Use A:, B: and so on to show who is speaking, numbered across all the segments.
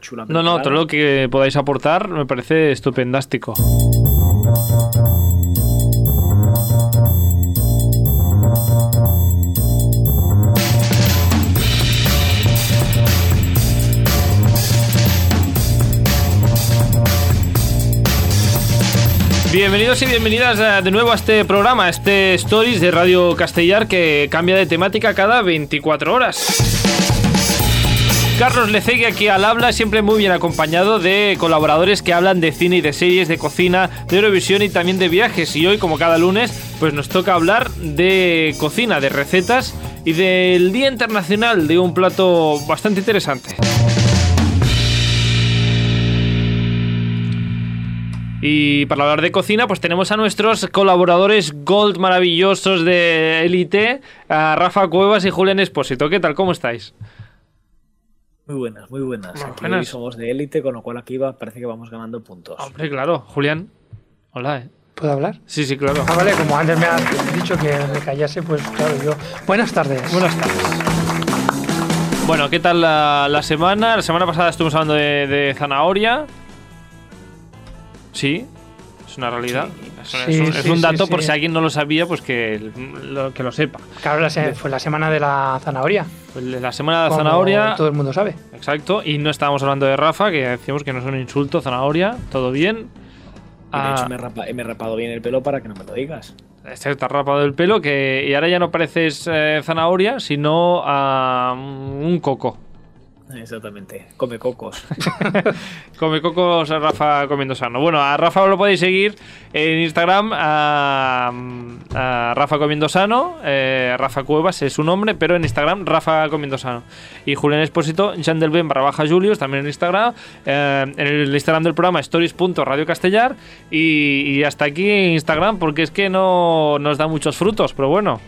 A: chula.
B: No, no, todo lo que podáis aportar me parece estupendástico. Bienvenidos y bienvenidas eh, de nuevo a este programa, a este Stories de Radio Castellar que cambia de temática cada 24 horas. Carlos Lecegui aquí al habla, siempre muy bien acompañado de colaboradores que hablan de cine y de series, de cocina, de Eurovisión y también de viajes. Y hoy, como cada lunes, pues nos toca hablar de cocina, de recetas y del Día Internacional de un plato bastante interesante. Y para hablar de cocina, pues tenemos a nuestros colaboradores Gold maravillosos de Elite, a Rafa Cuevas y Julián Espósito. ¿Qué tal? ¿Cómo estáis?
A: Muy buenas, muy buenas.
B: Muy
A: aquí
B: buenas.
A: somos de élite, con lo cual aquí va, parece que vamos ganando puntos.
B: Hombre, claro, Julián. Hola, ¿eh?
C: ¿Puedo hablar?
B: Sí, sí, claro.
C: Ah, vale, como antes me has dicho que me callase, pues claro, yo. Buenas tardes.
B: Buenas tardes. Bueno, ¿qué tal la, la semana? La semana pasada estuvimos hablando de, de zanahoria. Sí, es una realidad. Es, un-
C: Sí,
B: es un, es
C: sí,
B: un
C: sí,
B: dato,
C: sí.
B: por si alguien no lo sabía, pues que lo, que lo sepa.
C: Claro, la se- fue la semana de la zanahoria.
B: La semana de la
C: como
B: zanahoria.
C: Todo el mundo sabe.
B: Exacto, y no estábamos hablando de Rafa, que decíamos que no es un insulto, zanahoria, todo bien.
A: Y de hecho,
B: Ah,
A: me, he rapa- me he rapado bien el pelo para que no me lo digas.
B: este te has rapado el pelo que, y ahora ya no pareces eh, zanahoria, sino ah, un coco.
A: Exactamente. Come cocos.
B: Come cocos a Rafa comiendo sano. Bueno, a Rafa lo podéis seguir en Instagram, a, a Rafa comiendo sano, eh, Rafa Cuevas es su nombre, pero en Instagram Rafa comiendo sano. Y Julián Espósito, Jandelben barra baja Julius, también en Instagram, eh, en el Instagram del programa stories.radiocastellar y, y hasta aquí Instagram porque es que no nos da muchos frutos, pero bueno.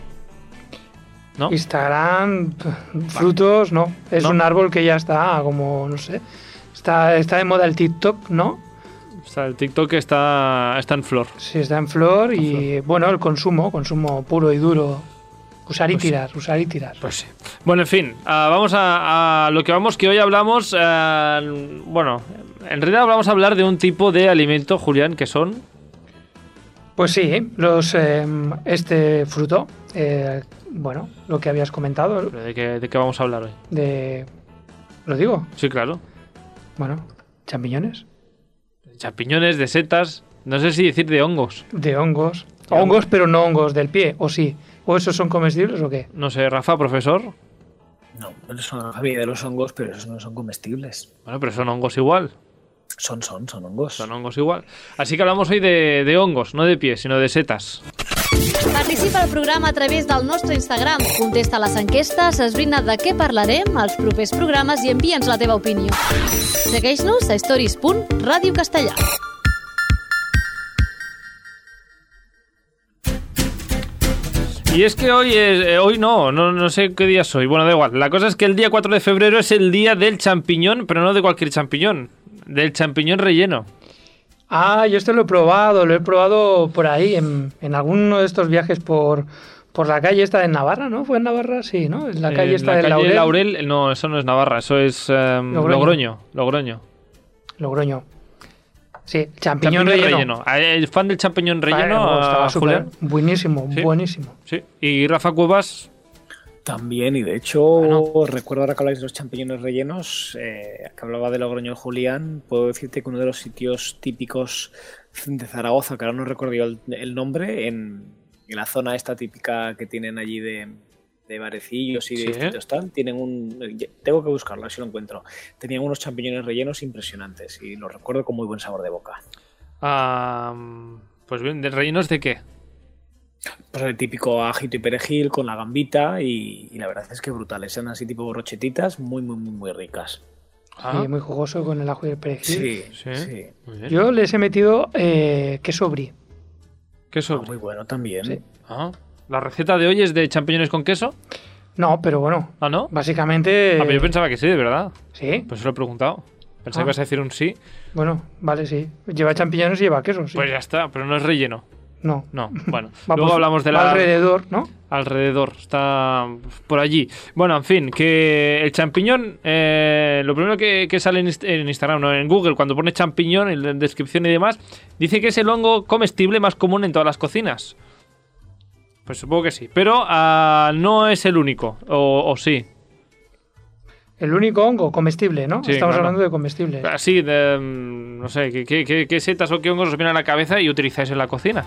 B: ¿No?
C: Instagram, p- frutos, no. Es
B: No.
C: un árbol que ya está como, no sé. Está, está de moda el TikTok, ¿no?
B: O sea, el TikTok está, está en flor.
C: Sí, está en flor y bueno, el consumo, consumo puro y duro. Usar y tirar, usar y tirar.
B: Pues sí. Bueno, en fin, ah, vamos a, a lo que vamos, que hoy hablamos, ah, bueno, en realidad vamos a hablar de un tipo de alimento, Julián, que son...
C: Pues sí, los em, este fruto, eh, bueno, lo que habías comentado,
B: ¿De qué, de qué vamos a hablar hoy?
C: de... ¿Lo digo?
B: Sí, claro.
C: Bueno, champiñones,
B: De Champiñones, de setas, no sé si decir de hongos.
C: de hongos. Hongos, pero no hongos del pie, o sí. ¿O esos son comestibles o qué?
B: No sé, Rafa, profesor.
A: No, no son la familia de los hongos, pero esos no son comestibles.
B: Bueno, pero son hongos igual.
A: Son, son, son hongos.
B: Son hongos igual. Así que hablamos hoy de, de hongos, no de pies, sino de setas.
D: Participa al programa a través del nostre Instagram. Contesta a les enquestes, esbrina de què parlarem als propers programes i envia'ns la teva opinió. Segueix-nos a stories.radiocastellà.
B: Y es que hoy es, eh, hoy no, no, no sé qué día soy. Bueno, da igual. La cosa es que el día 4 de febrero es el día del champiñón, pero no de cualquier champiñón, del champiñón relleno.
C: Ah, yo este lo he probado, lo he probado por ahí, en, en alguno de estos viajes por, por la calle esta de Navarra, ¿no? ¿Fue en Navarra? Sí, ¿no? En la calle
B: Eh,
C: esta
B: la
C: del
B: calle
C: Laurel.
B: Laurel- No, eso no es Navarra, eso es eh, Logroño.
C: Logroño.
B: Logroño.
C: Logroño. Sí,
B: Champiñón
C: champiñón, relleno.
B: relleno. Ah, El fan del champiñón relleno,
C: Vale, pues,
B: ah,
C: estaba súper
B: Julián.
C: Buenísimo,
B: Sí.
C: buenísimo.
B: Sí. Y Rafa Cuevas,
A: También, y de hecho, recuerdo ahora que habláis de los champiñones rellenos, eh, que hablaba de Logroño el Julián, puedo decirte que uno de los sitios típicos de Zaragoza, que ahora no recuerdo yo el, el nombre, en, en la zona esta típica que tienen allí de, de barecillos y de
B: Sí.
A: distintos tal, tienen un... Tengo que buscarlo, a ver si lo encuentro. Tenían unos champiñones rellenos impresionantes y los recuerdo con muy buen sabor de boca.
B: ah, pues bien, ¿de rellenos de qué?
A: Pues el típico ajito y perejil con la gambita y, y la verdad es que brutales. Eran así tipo brochetitas muy, muy, muy, muy ricas.
B: Ah,
C: Sí, muy jugoso con el ajo y el perejil.
A: Sí,
B: Sí.
A: sí.
B: muy bien.
C: Yo les he metido eh, queso brie.
B: ¿Qué
A: Ah,
B: sobre?
A: muy bueno también.
C: Sí.
B: Ah, La receta de hoy es de champiñones con queso.
C: No, pero bueno,
B: Ah, ¿no?
C: básicamente...
B: Ah, pero yo pensaba que sí, de verdad.
C: Sí,
B: Pues lo he preguntado. Pensé
C: Ah.
B: que ibas a decir un sí.
C: bueno, vale, sí. Lleva champiñones y lleva queso, sí.
B: Pues ya está, pero no es relleno.
C: No.
B: No, bueno.
C: Va
B: Pues Luego
C: por-
B: hablamos de
C: va
B: la.
C: Alrededor, ¿no?
B: Alrededor, está por allí. Bueno, en fin, que el champiñón, eh, lo primero que, que sale en, Inst- en Instagram, no, en Google, cuando pone champiñón en la descripción y demás, dice que es el hongo comestible más común en todas las cocinas. Pues supongo que sí, pero ah, no es el único, o, o sí.
C: El único hongo comestible, ¿no?
B: Sí,
C: Estamos
B: claro.
C: hablando de comestible.
B: Así, de, mm, no sé, ¿qué, qué, qué- qué setas o qué hongos os vienen a la cabeza y utilizáis en la cocina?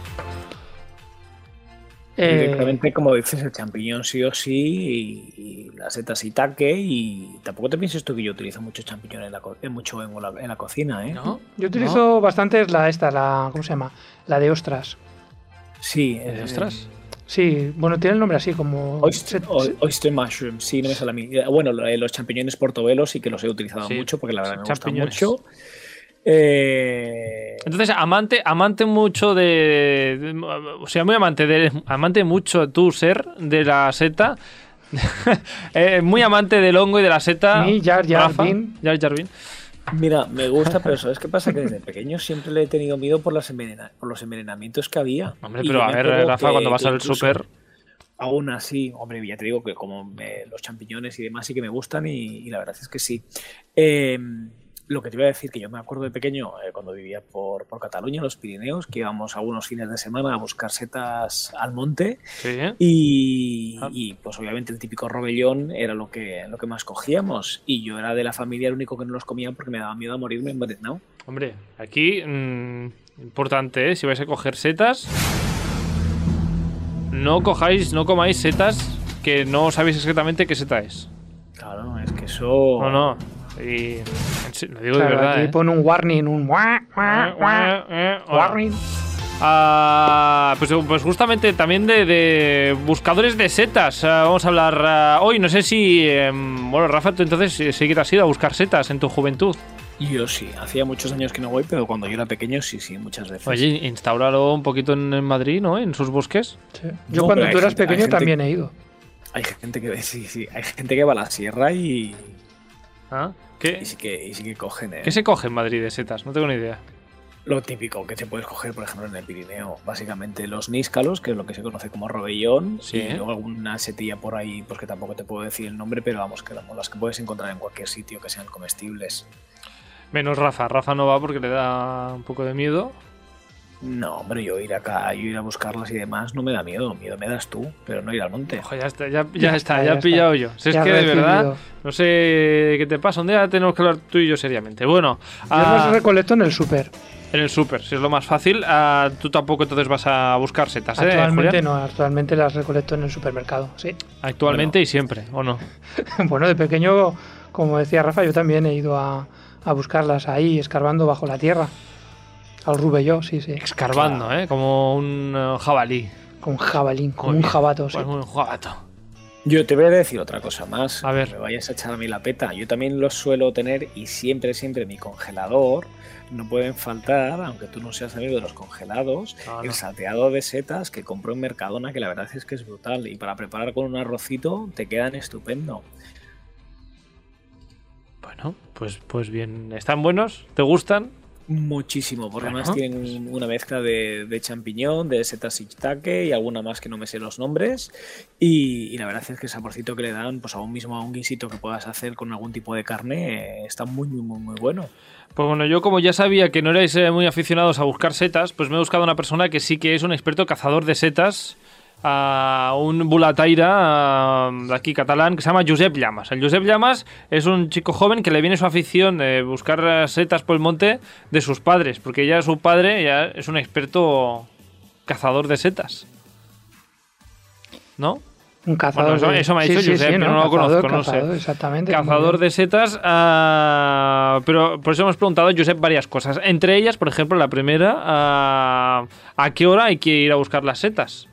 C: Eh,
A: Directamente, como dices, el champiñón sí o sí, y, y las setas y taque, y tampoco te pienses tú que yo utilizo mucho champiñón en la, co- eh, mucho en la, en la cocina, ¿eh?
B: ¿No?
C: yo utilizo bastante la esta, la. ¿Cómo se llama? La de ostras.
A: Sí, eh,
B: Ostras.
C: Sí, bueno, tiene el nombre así como.
A: Oyster,
C: se-
A: o-
C: se-
A: oyster mushroom, sí, no me sale a mí. Eh, Bueno, lo- eh, los champiñones portobelos sí que los he utilizado
B: Sí,
A: mucho porque la verdad me gustan
B: champiñones.
A: mucho. Eh,
B: Entonces, amante, amante mucho de, de- O sea, muy amante de. Amante mucho tú ser de la seta. Eh, muy amante del hongo y de la seta.
C: Ni Jar Jar
B: Rafa.
C: Bin.
B: Jar Jar Bin.
A: mira, me gusta, pero ¿sabes qué pasa? Que desde pequeño siempre le he tenido miedo por, las envenena- por los envenenamientos que había.
B: Hombre,
A: Y
B: pero
A: yo
B: a
A: me
B: ver,
A: acuerdo
B: Rafa,
A: que-
B: cuando vas
A: que
B: al
A: incluso-
B: súper.
A: Aún así, hombre, ya te digo que como me- los champiñones y demás sí que me gustan y, y la verdad es que sí. Eh, lo que te iba a decir, que yo me acuerdo de pequeño, eh, cuando vivía por, por Cataluña, en los Pirineos, que íbamos algunos fines de semana a buscar setas al monte
B: Sí, ¿eh?
A: y,
B: Ah.
A: y, pues obviamente el típico robellón era lo que, lo que más cogíamos y yo era de la familia el único que no los comía porque me daba miedo a morirme envenenado.
B: Hombre, aquí. mm, importante, ¿eh? Si vais a coger setas. No cojáis, no comáis setas que no sabéis exactamente qué seta es.
A: Claro, es que eso...
B: No, no. Y. en se- Lo digo
C: Claro,
B: de verdad.
C: aquí
B: ¿eh?
C: pone un warning, un. guá, guá,
B: Eh,
C: guá,
B: eh, eh, hola.
C: warning.
B: Ah, pues, pues justamente también de, de buscadores de setas. ah, vamos a hablar ah, hoy. No sé si. em, bueno, Rafa, tú entonces eh, sí que te has ido a buscar setas en tu juventud.
A: Yo sí, hacía muchos años que no voy, pero cuando yo era pequeño sí, sí, muchas veces.
B: Oye, instauralo un poquito en, en Madrid, ¿no? En sus bosques.
C: Sí. Yo
A: No,
C: cuando
A: pero hay
C: tú eras
A: gente- hay
C: pequeño
A: gente-
C: también he ido.
A: Hay gente que sí, sí, hay gente que va a la sierra y,
B: ¿Ah?
A: y
B: ¿Qué,
A: sí que y sí que cogen eh.
B: qué se coge en Madrid de setas? No tengo ni idea.
A: lo típico que te puedes coger, por ejemplo, en el Pirineo, básicamente los níscalos, que es lo que se conoce como robellón,
B: Sí. ¿eh?
A: y luego alguna setilla por ahí, pues que tampoco te puedo decir el nombre, pero vamos, que las que puedes encontrar en cualquier sitio que sean comestibles.
B: Menos Rafa. Rafa no va porque le da un poco de miedo.
A: No, hombre, yo ir acá, yo ir a buscarlas y demás, no me da miedo, miedo me das tú, pero no ir al monte.
B: Ojo, ya está, ya, ya está,
C: está,
B: ya
C: ya
B: he pillado yo. Si es
C: Ya
B: que de verdad,
C: recibido.
B: no sé qué te pasa. Un día tenemos que hablar tú y yo seriamente. Bueno,
C: Yo
B: ah,
C: los recolecto en el súper.
B: En el súper, si es lo más fácil. Ah, tú tampoco entonces vas a buscar setas, ¿eh,
C: Actualmente
B: Julián?
C: no, actualmente las recolecto en el supermercado, sí.
B: Actualmente y siempre, ¿o no?
C: Bueno, de pequeño, como decía Rafa, yo también he ido a, a buscarlas ahí, escarbando bajo la tierra. Al rubelló, sí, sí.
B: Escarbando, ¿eh? Como un eh, jabalí.
C: Con jabalín, con
B: Muy
C: un
B: bien.
C: jabato, sí.
B: Como un jabato.
A: Yo te voy a decir otra cosa más.
B: A ver.
A: No Me vayas a echar a mí la peta. Yo también los suelo tener y siempre, siempre en mi congelador. No pueden faltar, aunque tú no seas amigo de los congelados,
B: No, no.
A: el salteado de setas que compré en Mercadona, que la verdad es que es brutal. Y para preparar con un arrocito te quedan estupendo.
B: Bueno, pues, pues bien. ¿Están buenos? ¿Te gustan?
A: Muchísimo, porque
B: Bueno,
A: además tienen una mezcla de, de champiñón, de setas shiitake y alguna más que no me sé los nombres. Y, y la verdad es que el saborcito que le dan, pues aún mismo a un guisito que puedas hacer con algún tipo de carne, eh, está muy, muy, muy, muy bueno.
B: Pues bueno, yo como ya sabía que no erais eh, muy aficionados a buscar setas, pues me he buscado una persona que sí que es un experto cazador de setas, a un bulataira ah, de aquí catalán que se llama Josep Llamas. El Josep Llamas es un chico joven que le viene su afición de buscar eh, setas por el monte de sus padres, porque ya su padre ya es un experto cazador de setas. ¿No?
C: Un cazador.
B: eso-
C: de-
B: eso me ha dicho Josep, pero no lo
C: Cazador,
B: conozco, no sé.
C: cazador, exactamente.
B: Cazador de setas, ah, pero por eso hemos preguntado a Josep varias cosas. Entre ellas, por ejemplo, la primera, ah, ¿a qué hora hay que ir a buscar las setas?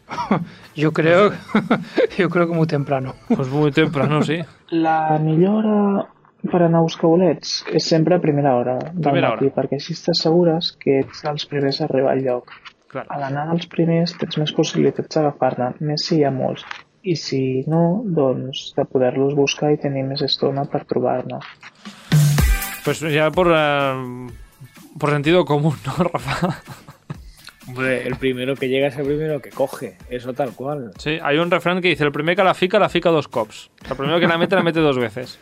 C: Yo creo, yo creo que muy temprano.
B: Pues muy temprano, sí.
E: La millor hora per anar a buscar bolets és sempre a primera hora del
B: Primera
E: matí,
B: hora.
E: perquè així estàs segures que ets dels primers a arribar al lloc. A
B: Claro.
E: l'anar dels primers tens més possibilitats d'agafar-ne, més si hi ha molts, i si no, doncs de poder-los buscar i tenir més estona per trobar-ne.
B: Pues ya por, ah, por sentido común, ¿no, Rafa?
A: Hombre, el primero que llega es el primero que coge, eso tal cual.
B: Sí, hay un refrán que dice: el primer que la fica, la fica dos cops. El primero que la mete, la mete dos veces.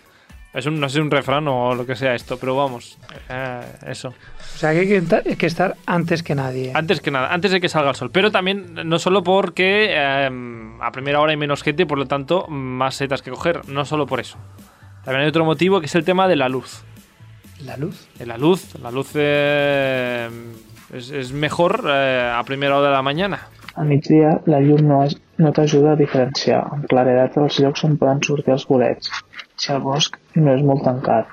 B: Es un, no sé, un refrán o lo que sea esto, pero vamos, eh, eso.
C: O sea, que hay que enta- que estar, antes que nadie.
B: Antes que nada, antes de que salga el sol. Pero también, no solo porque eh, a primera hora hay menos gente y por lo tanto más setas que coger, no solo por eso. También hay otro motivo que es el tema de la luz.
C: La luz.
B: Eh, La luz, la luz eh, es, es mejor eh, a primera hora de la mañana.
E: A migdia, la llum no, es- no t'ajuda a diferenciar amb claredat els llocs on poden sortir els bolets, si el bosc no és molt tancat.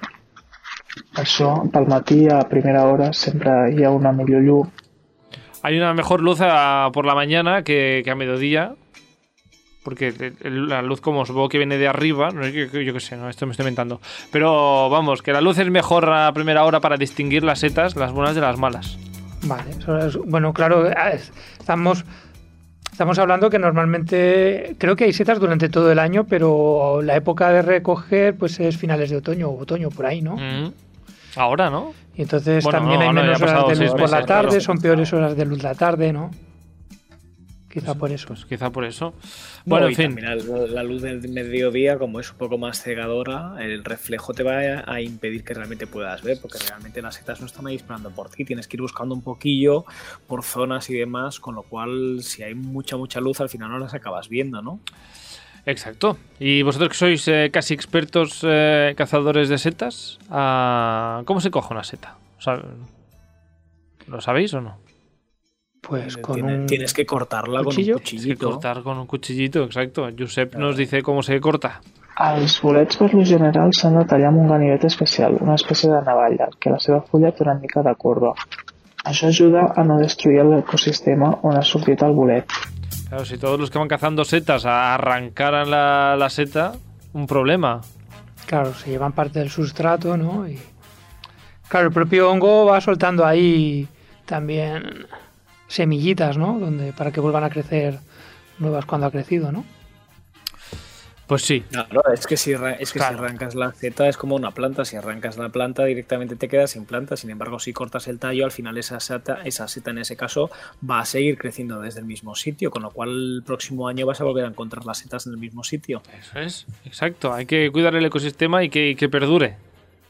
E: Per això, pel matí a primera hora sempre hi ha una millor llum
B: Hay una mejor luz a- por la mañana que, que a mediodía. Porque el- el- la luz, como supongo que viene de arriba, no sé, yo, yo qué sé, no, esto me estoy inventando. Pero vamos, que la luz es mejor a primera hora para distinguir las setas, las buenas de las malas.
C: Vale. eso es- bueno, claro, ah, es- estamos, estamos hablando que normalmente creo que hay setas durante todo el año, pero la época de recoger pues es finales de otoño o otoño por ahí, ¿no?
B: Mm. Ahora, ¿no?
C: Y entonces
B: Bueno,
C: también
B: no,
C: hay
B: no, ya
C: menos
B: ha pasado
C: horas de
B: seis
C: luz por la
B: meses,
C: tarde,
B: claro.
C: son peores horas de luz la tarde, ¿no? Quizá por eso.
B: Pues quizá por eso. Bueno,
A: No, y
B: en fin.
A: también al- la luz del mediodía, como es un poco más cegadora, el reflejo te va a- a impedir que realmente puedas ver, porque realmente las setas no están ahí disparando por ti. Tienes que ir buscando un poquillo por zonas y demás, con lo cual, si hay mucha, mucha luz, al final no las acabas viendo, ¿no?
B: Exacto. Y vosotros que sois eh, casi expertos eh, cazadores de setas, ah, ¿cómo se coge una seta? O sea, ¿Lo sabéis o no?
C: Pues
A: Eh,
C: con
A: tiene-
C: un...
A: Tienes que cortarla
C: cuchillo.
A: con un
B: Tienes que
A: cuchillito.
B: cortar con un cuchillito, exacto. Josep nos dice cómo se corta.
E: Els bolets per lo general s'han de tallar amb un ganivet especial, una espècie de navalla, que la seva fulla té una mica de corba. Això ajuda a no destruir l'ecosistema on ha sortit el bolet.
B: Claro, si todos los que van cazando setas a- arrancaran la, la seta, un problema.
C: Claro, se llevan parte del sustrato, ¿no? Y... Claro, el propio hongo va soltando ahí también semillitas, ¿no? Donde, para que vuelvan a crecer nuevas cuando ha crecido, ¿no?
B: Pues sí.
A: Claro, es que, si, arran- es que
B: Claro.
A: si arrancas la seta es como una planta. Si arrancas la planta, directamente te quedas sin planta. Sin embargo, si cortas el tallo, al final esa seta, esa seta en ese caso va a seguir creciendo desde el mismo sitio, con lo cual el próximo año vas a volver a encontrar las setas en el mismo sitio.
B: Eso es. Exacto. Hay que cuidar el ecosistema y que, y que perdure.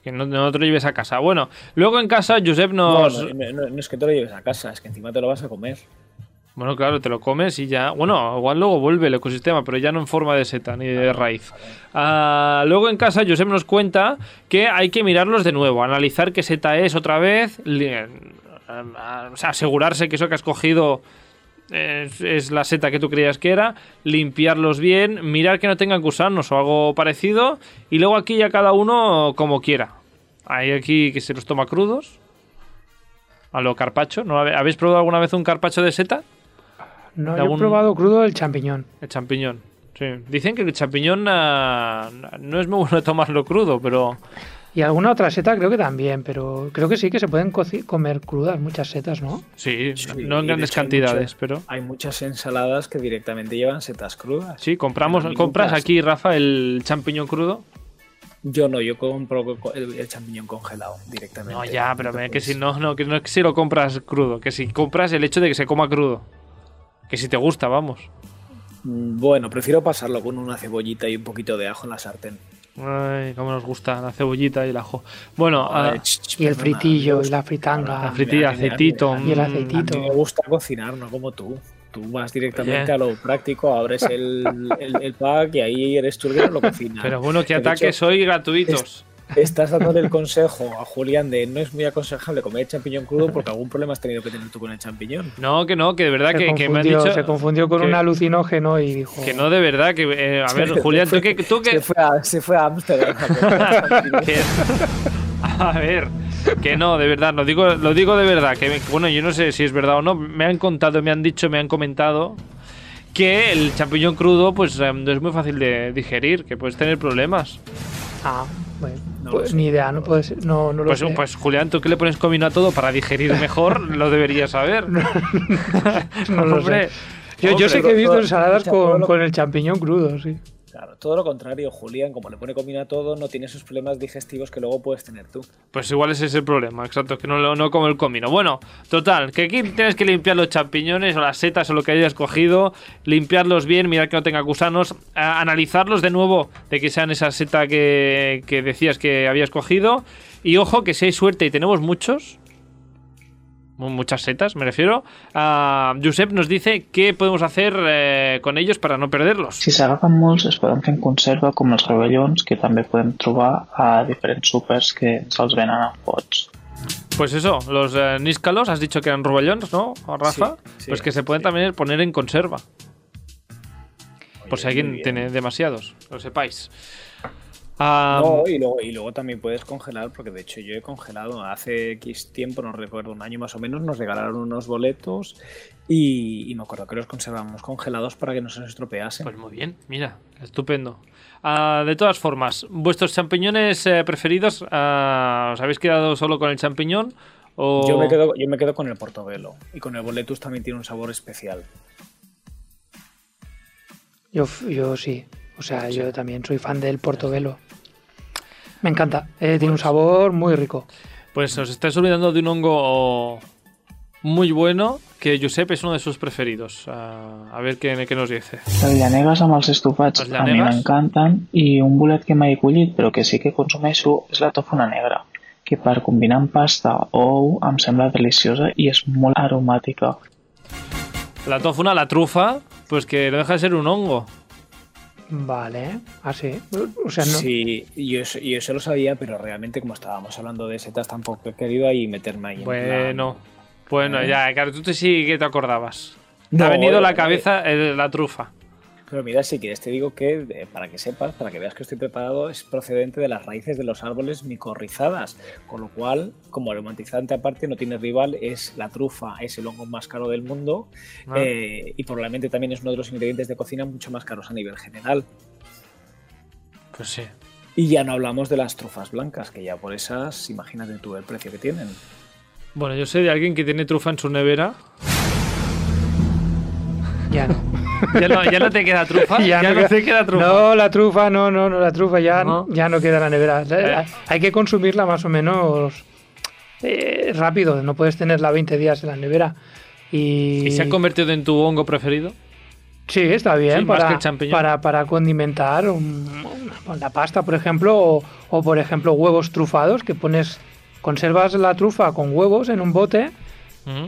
B: Que no, no te lo lleves a casa. Bueno, luego en casa Josep
A: No,
B: nos...
A: no, no- no es que te lo lleves a casa, es que encima te lo vas a comer.
B: Bueno, claro, te lo comes y ya. Bueno, igual luego vuelve el ecosistema, pero ya no en forma de seta ni de raíz. Ah, luego en casa, Josep nos cuenta que hay que mirarlos de nuevo, analizar qué seta es otra vez, li- eh, ah, o sea, asegurarse que eso que has cogido eh, es, es la seta que tú creías que era, limpiarlos bien, mirar que no tengan gusanos o algo parecido, y luego aquí ya cada uno como quiera. Hay aquí que se los toma crudos. A lo carpacho, ¿no? ¿Habe- ¿Habéis probado alguna vez un carpacho de seta?
C: No,
B: De
C: yo
B: algún-
C: he probado crudo el champiñón.
B: El champiñón. Sí. Dicen que el champiñón ah, no es muy bueno tomarlo crudo, pero
C: Y alguna otra seta creo que también, pero creo que sí que se pueden coci- comer crudas muchas setas, ¿no?
B: sí,
A: Sí,
B: no en
A: y de
B: grandes
A: hecho hay
B: cantidades,
A: mucho-
B: pero
A: Hay muchas ensaladas que directamente llevan setas crudas.
B: sí, compramos,
A: No hay ningún
B: compras
A: plástico.
B: aquí, Rafa, el champiñón crudo.
A: Yo no, yo compro co- el, el champiñón congelado directamente.
B: No, ya, pero me- que
A: Entonces-
B: si no, no, que no es que si lo compras crudo, que si compras el hecho de que se coma crudo. Que si te gusta, vamos.
A: Mm, Bueno, prefiero pasarlo con una cebollita y un poquito de ajo en la sartén.
B: Ay, cómo nos gusta la cebollita y el ajo. Bueno, ah,
A: Ay, ch, ch,
C: Y el
A: perdona,
C: fritillo,
A: Dios.
C: y la
B: la
C: fritanga.
B: fritilla,
A: mira, mira,
B: aceitito.
A: mira,
C: mira,
B: mm,
C: aceitito.
A: A mí me gusta cocinar, no como tú. Tú vas directamente
B: Oye.
A: a lo práctico, abres el, el- el pack y ahí eres tú el que no lo cocina.
B: Pero bueno, que
A: De hecho,
B: ataques hoy gratuitos.
A: Estás dándole el consejo a Julián de no es muy aconsejable comer champiñón crudo porque algún problema has tenido que tener tú con el champiñón.
B: No, que no, que de verdad
C: Se,
B: que, que me han
C: confundió,
B: dicho.
C: se confundió con
B: que-
C: un alucinógeno y dijo...
B: Que no, de verdad, que... eh, a ver, Julián, tú que... Tú que
A: Se fue a, se fue a Ámsterdam. a comer champiñón.
B: que- a ver, que no, de verdad, lo digo, lo digo de verdad, que me- bueno, yo no sé si es verdad o no, me han contado, me han dicho, me han comentado que el champiñón crudo pues eh, no es muy fácil de digerir, que puedes tener problemas.
C: Ah, bueno,
A: No
C: pues
A: lo
C: ni idea, no puede ser- no, no lo
B: Pues,
C: sé.
B: pues Julián, tú que le pones comino a todo para digerir mejor, lo deberías saber.
C: no lo sé.
B: Hombre,
C: Yo, yo
B: hombre,
C: sé que he visto
A: todo-
C: ensaladas
A: todo
C: con,
A: lo-
C: con el champiñón crudo, sí.
A: Claro, todo lo contrario, Julián, como le pone comida a todo, no tiene esos problemas digestivos que luego puedes tener tú.
B: Pues igual ese es el problema, exacto, que no, lo- no como el comino. Bueno, total, que aquí tienes que limpiar los champiñones o las setas o lo que hayas cogido, limpiarlos bien, mirar que no tenga gusanos, a- analizarlos de nuevo de que sean esa seta que, que decías que habías cogido. Y ojo, que si hay suerte y tenemos muchos, mu- muchas setas me refiero, a Josep nos dice qué podemos hacer eh, con ellos para no perderlos.
E: Si s'agafen molts, es poden fer en conserva com els rovellons, que també podem trobar a diferents súpers que se'ls venen en pots.
B: Pues eso, los eh, níscalos, has dicho que eran rubellones, ¿no, Rafa?
A: Sí, sí,
B: pues que se pueden
A: sí.
B: también poner en conserva, por si
A: Oye, muy
B: alguien
A: bien.
B: tiene demasiados, lo sepáis. Ah,
A: No, y luego, y luego también puedes congelar, porque de hecho yo he congelado hace X tiempo, no recuerdo, un año más o menos, nos regalaron unos boletos y, y me acuerdo que los conservamos congelados para que no se nos estropeasen.
B: Pues muy bien, mira, estupendo. Ah, de todas formas, ¿vuestros champiñones eh, preferidos ah, os habéis quedado solo con el champiñón? O...
A: Yo me, quedo, yo me quedo con el portobelo y con el boletus también tiene un sabor especial.
C: Yo, f- yo sí. O sea, yo también soy fan del portobelo. Me encanta. Eh, tiene un sabor muy rico.
B: Pues os estáis olvidando de un hongo muy bueno que Josep es uno de sus preferidos. Ah, a ver qué- qué nos dice.
E: Les llanegues amb els estofats
B: Les
E: a mi
B: llanegues?
E: m'encanten i un bolet que mai he collit però que sí que consumeixo és la tòfona negra, que per combinar amb pasta o ou em sembla deliciosa i és molt aromàtica.
B: La tofuna, la trufa, pues que no deja de ser un hongo.
C: Vale. Ah, sí. O sea, no.
A: Sí, y yo, eso- y yo eso lo sabía, pero realmente como estábamos hablando de setas tampoco he querido ahí meterme ahí. en plan-
B: Bueno, bueno,
A: Eh.
B: ya, claro, tú te sí que te acordabas. Te
A: No,
B: ha venido a la
A: eh,
B: cabeza eh, la trufa.
A: Pero mira, si quieres te digo que, eh, para que sepas, para que veas que estoy preparado, es procedente de las raíces de los árboles micorrizadas, con lo cual, como aromatizante aparte, no tiene rival, es la trufa, es el hongo más caro del mundo
B: Ah.
A: eh, y probablemente también es uno de los ingredientes de cocina mucho más caros a nivel general.
B: Pues sí.
A: Y ya no hablamos de las trufas blancas, que ya por esas, imagínate tú el precio que tienen.
B: Bueno, yo sé de alguien que tiene trufa en su nevera.
C: Ya no.
B: Ya no, ya no te queda trufa. ya, no, te queda trufa.
C: No, la trufa, no, no, no, la trufa ya
B: No.
C: no, ya no queda en la nevera. La-
B: Eh.
C: Hay que consumirla más o menos eh, rápido. No puedes tenerla 20 días en la nevera. Y,
B: ¿Y se ha convertido en tu hongo preferido?
C: Sí, está bien
B: Sí, más que
C: para,
B: el champiñón.
C: para, para condimentar un- una- la pasta, por ejemplo, o, o, por ejemplo huevos trufados que pones, conservas la trufa con huevos en un bote
B: ¿Mm?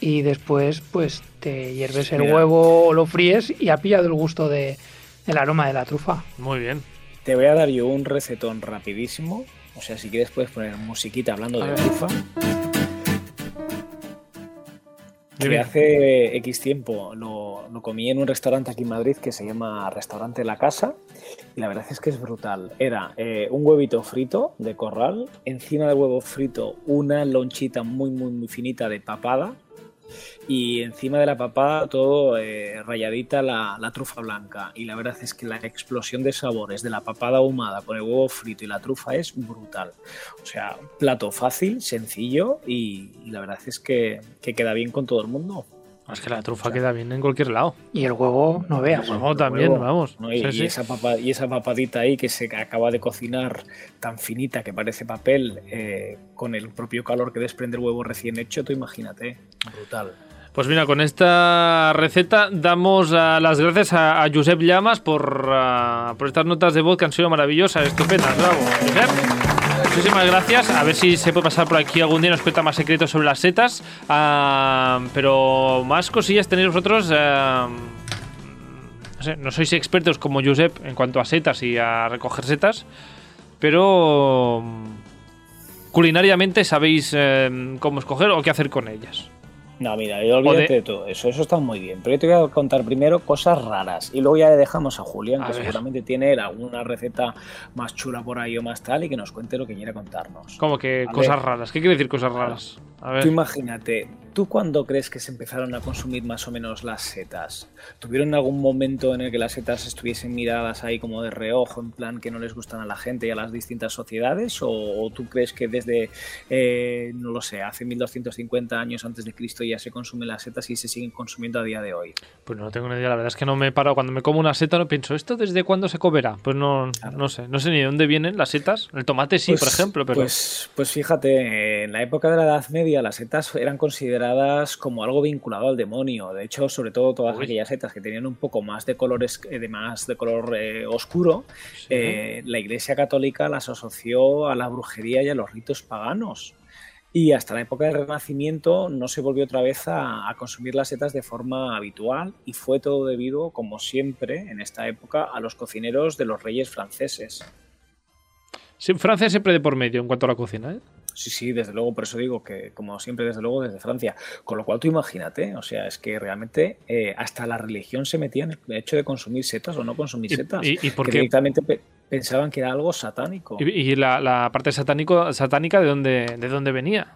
C: y después pues te hierves el
A: Mira.
C: huevo, lo fríes y ha pillado el gusto de, el aroma de la trufa.
B: Muy bien.
A: Te voy a dar yo un recetón rapidísimo. O sea, si quieres puedes poner musiquita hablando
B: A
A: de
B: ver.
A: trufa.
B: Dime.
A: Que hace X tiempo lo, lo comí en un restaurante aquí en Madrid que se llama Restaurante La Casa y la verdad es que es brutal. Era eh, un huevito frito de corral, encima del huevo frito una lonchita muy muy muy finita de papada y encima de la papada todo eh, rayadita la, la trufa blanca y la verdad es que la explosión de sabores de la papada ahumada con el huevo frito y la trufa es brutal. O sea, plato fácil, sencillo y, y la verdad es que, que queda bien con todo el mundo.
B: Es que la trufa queda bien en cualquier lado.
C: Y el huevo, no veas.
B: huevo también, vamos.
A: ¿no? Y,
B: Sí,
A: y
B: sí.
A: Esa papa- y esa papadita ahí que se acaba de cocinar tan finita que parece papel eh, con el propio calor que desprende el huevo recién hecho, tú imagínate. Brutal.
B: Pues mira, con esta receta damos ah, las gracias a, a Josep Llamas por, ah, por estas notas de voz que han sido maravillosas, estupendas, bravo. Josep, muchísimas gracias. A ver si se puede pasar por aquí algún día y nos cuenta más secretos sobre las setas. Ah, pero más cosillas tenéis vosotros. ah, no, sé, no sois expertos como Josep en cuanto a setas y a recoger setas, pero mm, culinariamente sabéis eh, cómo escoger o qué hacer con ellas.
A: No, mira, yo olvídate
B: de-
A: de... todo eso, eso está muy bien. Pero yo te voy a contar primero cosas raras y luego ya le dejamos a Julián,
B: A
A: que
B: ver.
A: seguramente tiene él alguna receta más chula por ahí o más tal, y que nos cuente lo que quiera contarnos.
B: Como que
A: Vale.
B: cosas raras. ¿Qué quiere decir cosas raras? A ver.
A: Tú imagínate, ¿tú cuándo crees que se empezaron a consumir más o menos las setas? ¿Tuvieron algún momento en el que las setas estuviesen miradas ahí como de reojo, en plan que no les gustan a la gente y a las distintas sociedades? ¿O, o tú crees que desde, eh, no lo sé, hace 1250 años antes de Cristo ya se consumen las setas y se siguen consumiendo a día de hoy?
B: Pues no tengo ni idea, la verdad es que no me he parado. Cuando me como una seta no pienso, ¿esto desde cuándo se comerá? Pues no, no sé, no sé ni de dónde vienen las setas. El tomate sí,
A: Pues-
B: por ejemplo, pero...
A: Pues, pues fíjate, en la época de la Edad Media las setas eran consideradas como algo vinculado al demonio. De hecho, sobre todo todas
B: Uy.
A: aquellas setas que tenían un poco más de colores, eh, de más de color eh, oscuro,
B: sí.
A: eh, la Iglesia Católica las asoció a la brujería y a los ritos paganos. Y hasta la época del Renacimiento no se volvió otra vez a, a consumir las setas de forma habitual y fue todo debido, como siempre, en esta época, a los cocineros de los reyes franceses.
B: Sí, Francia siempre de por medio en cuanto a la cocina, ¿eh?
A: Sí, sí, desde luego, por eso digo que, como siempre, desde luego, desde Francia. Con lo cual, tú imagínate, o sea, es que realmente eh, hasta la religión se metía en el hecho de consumir setas o no consumir
B: ¿Y,
A: setas.
B: y- y por
A: que
B: qué?
A: directamente pe- pensaban que era algo satánico.
B: ¿Y, y la, la parte satánico, satánica de dónde, de dónde venía?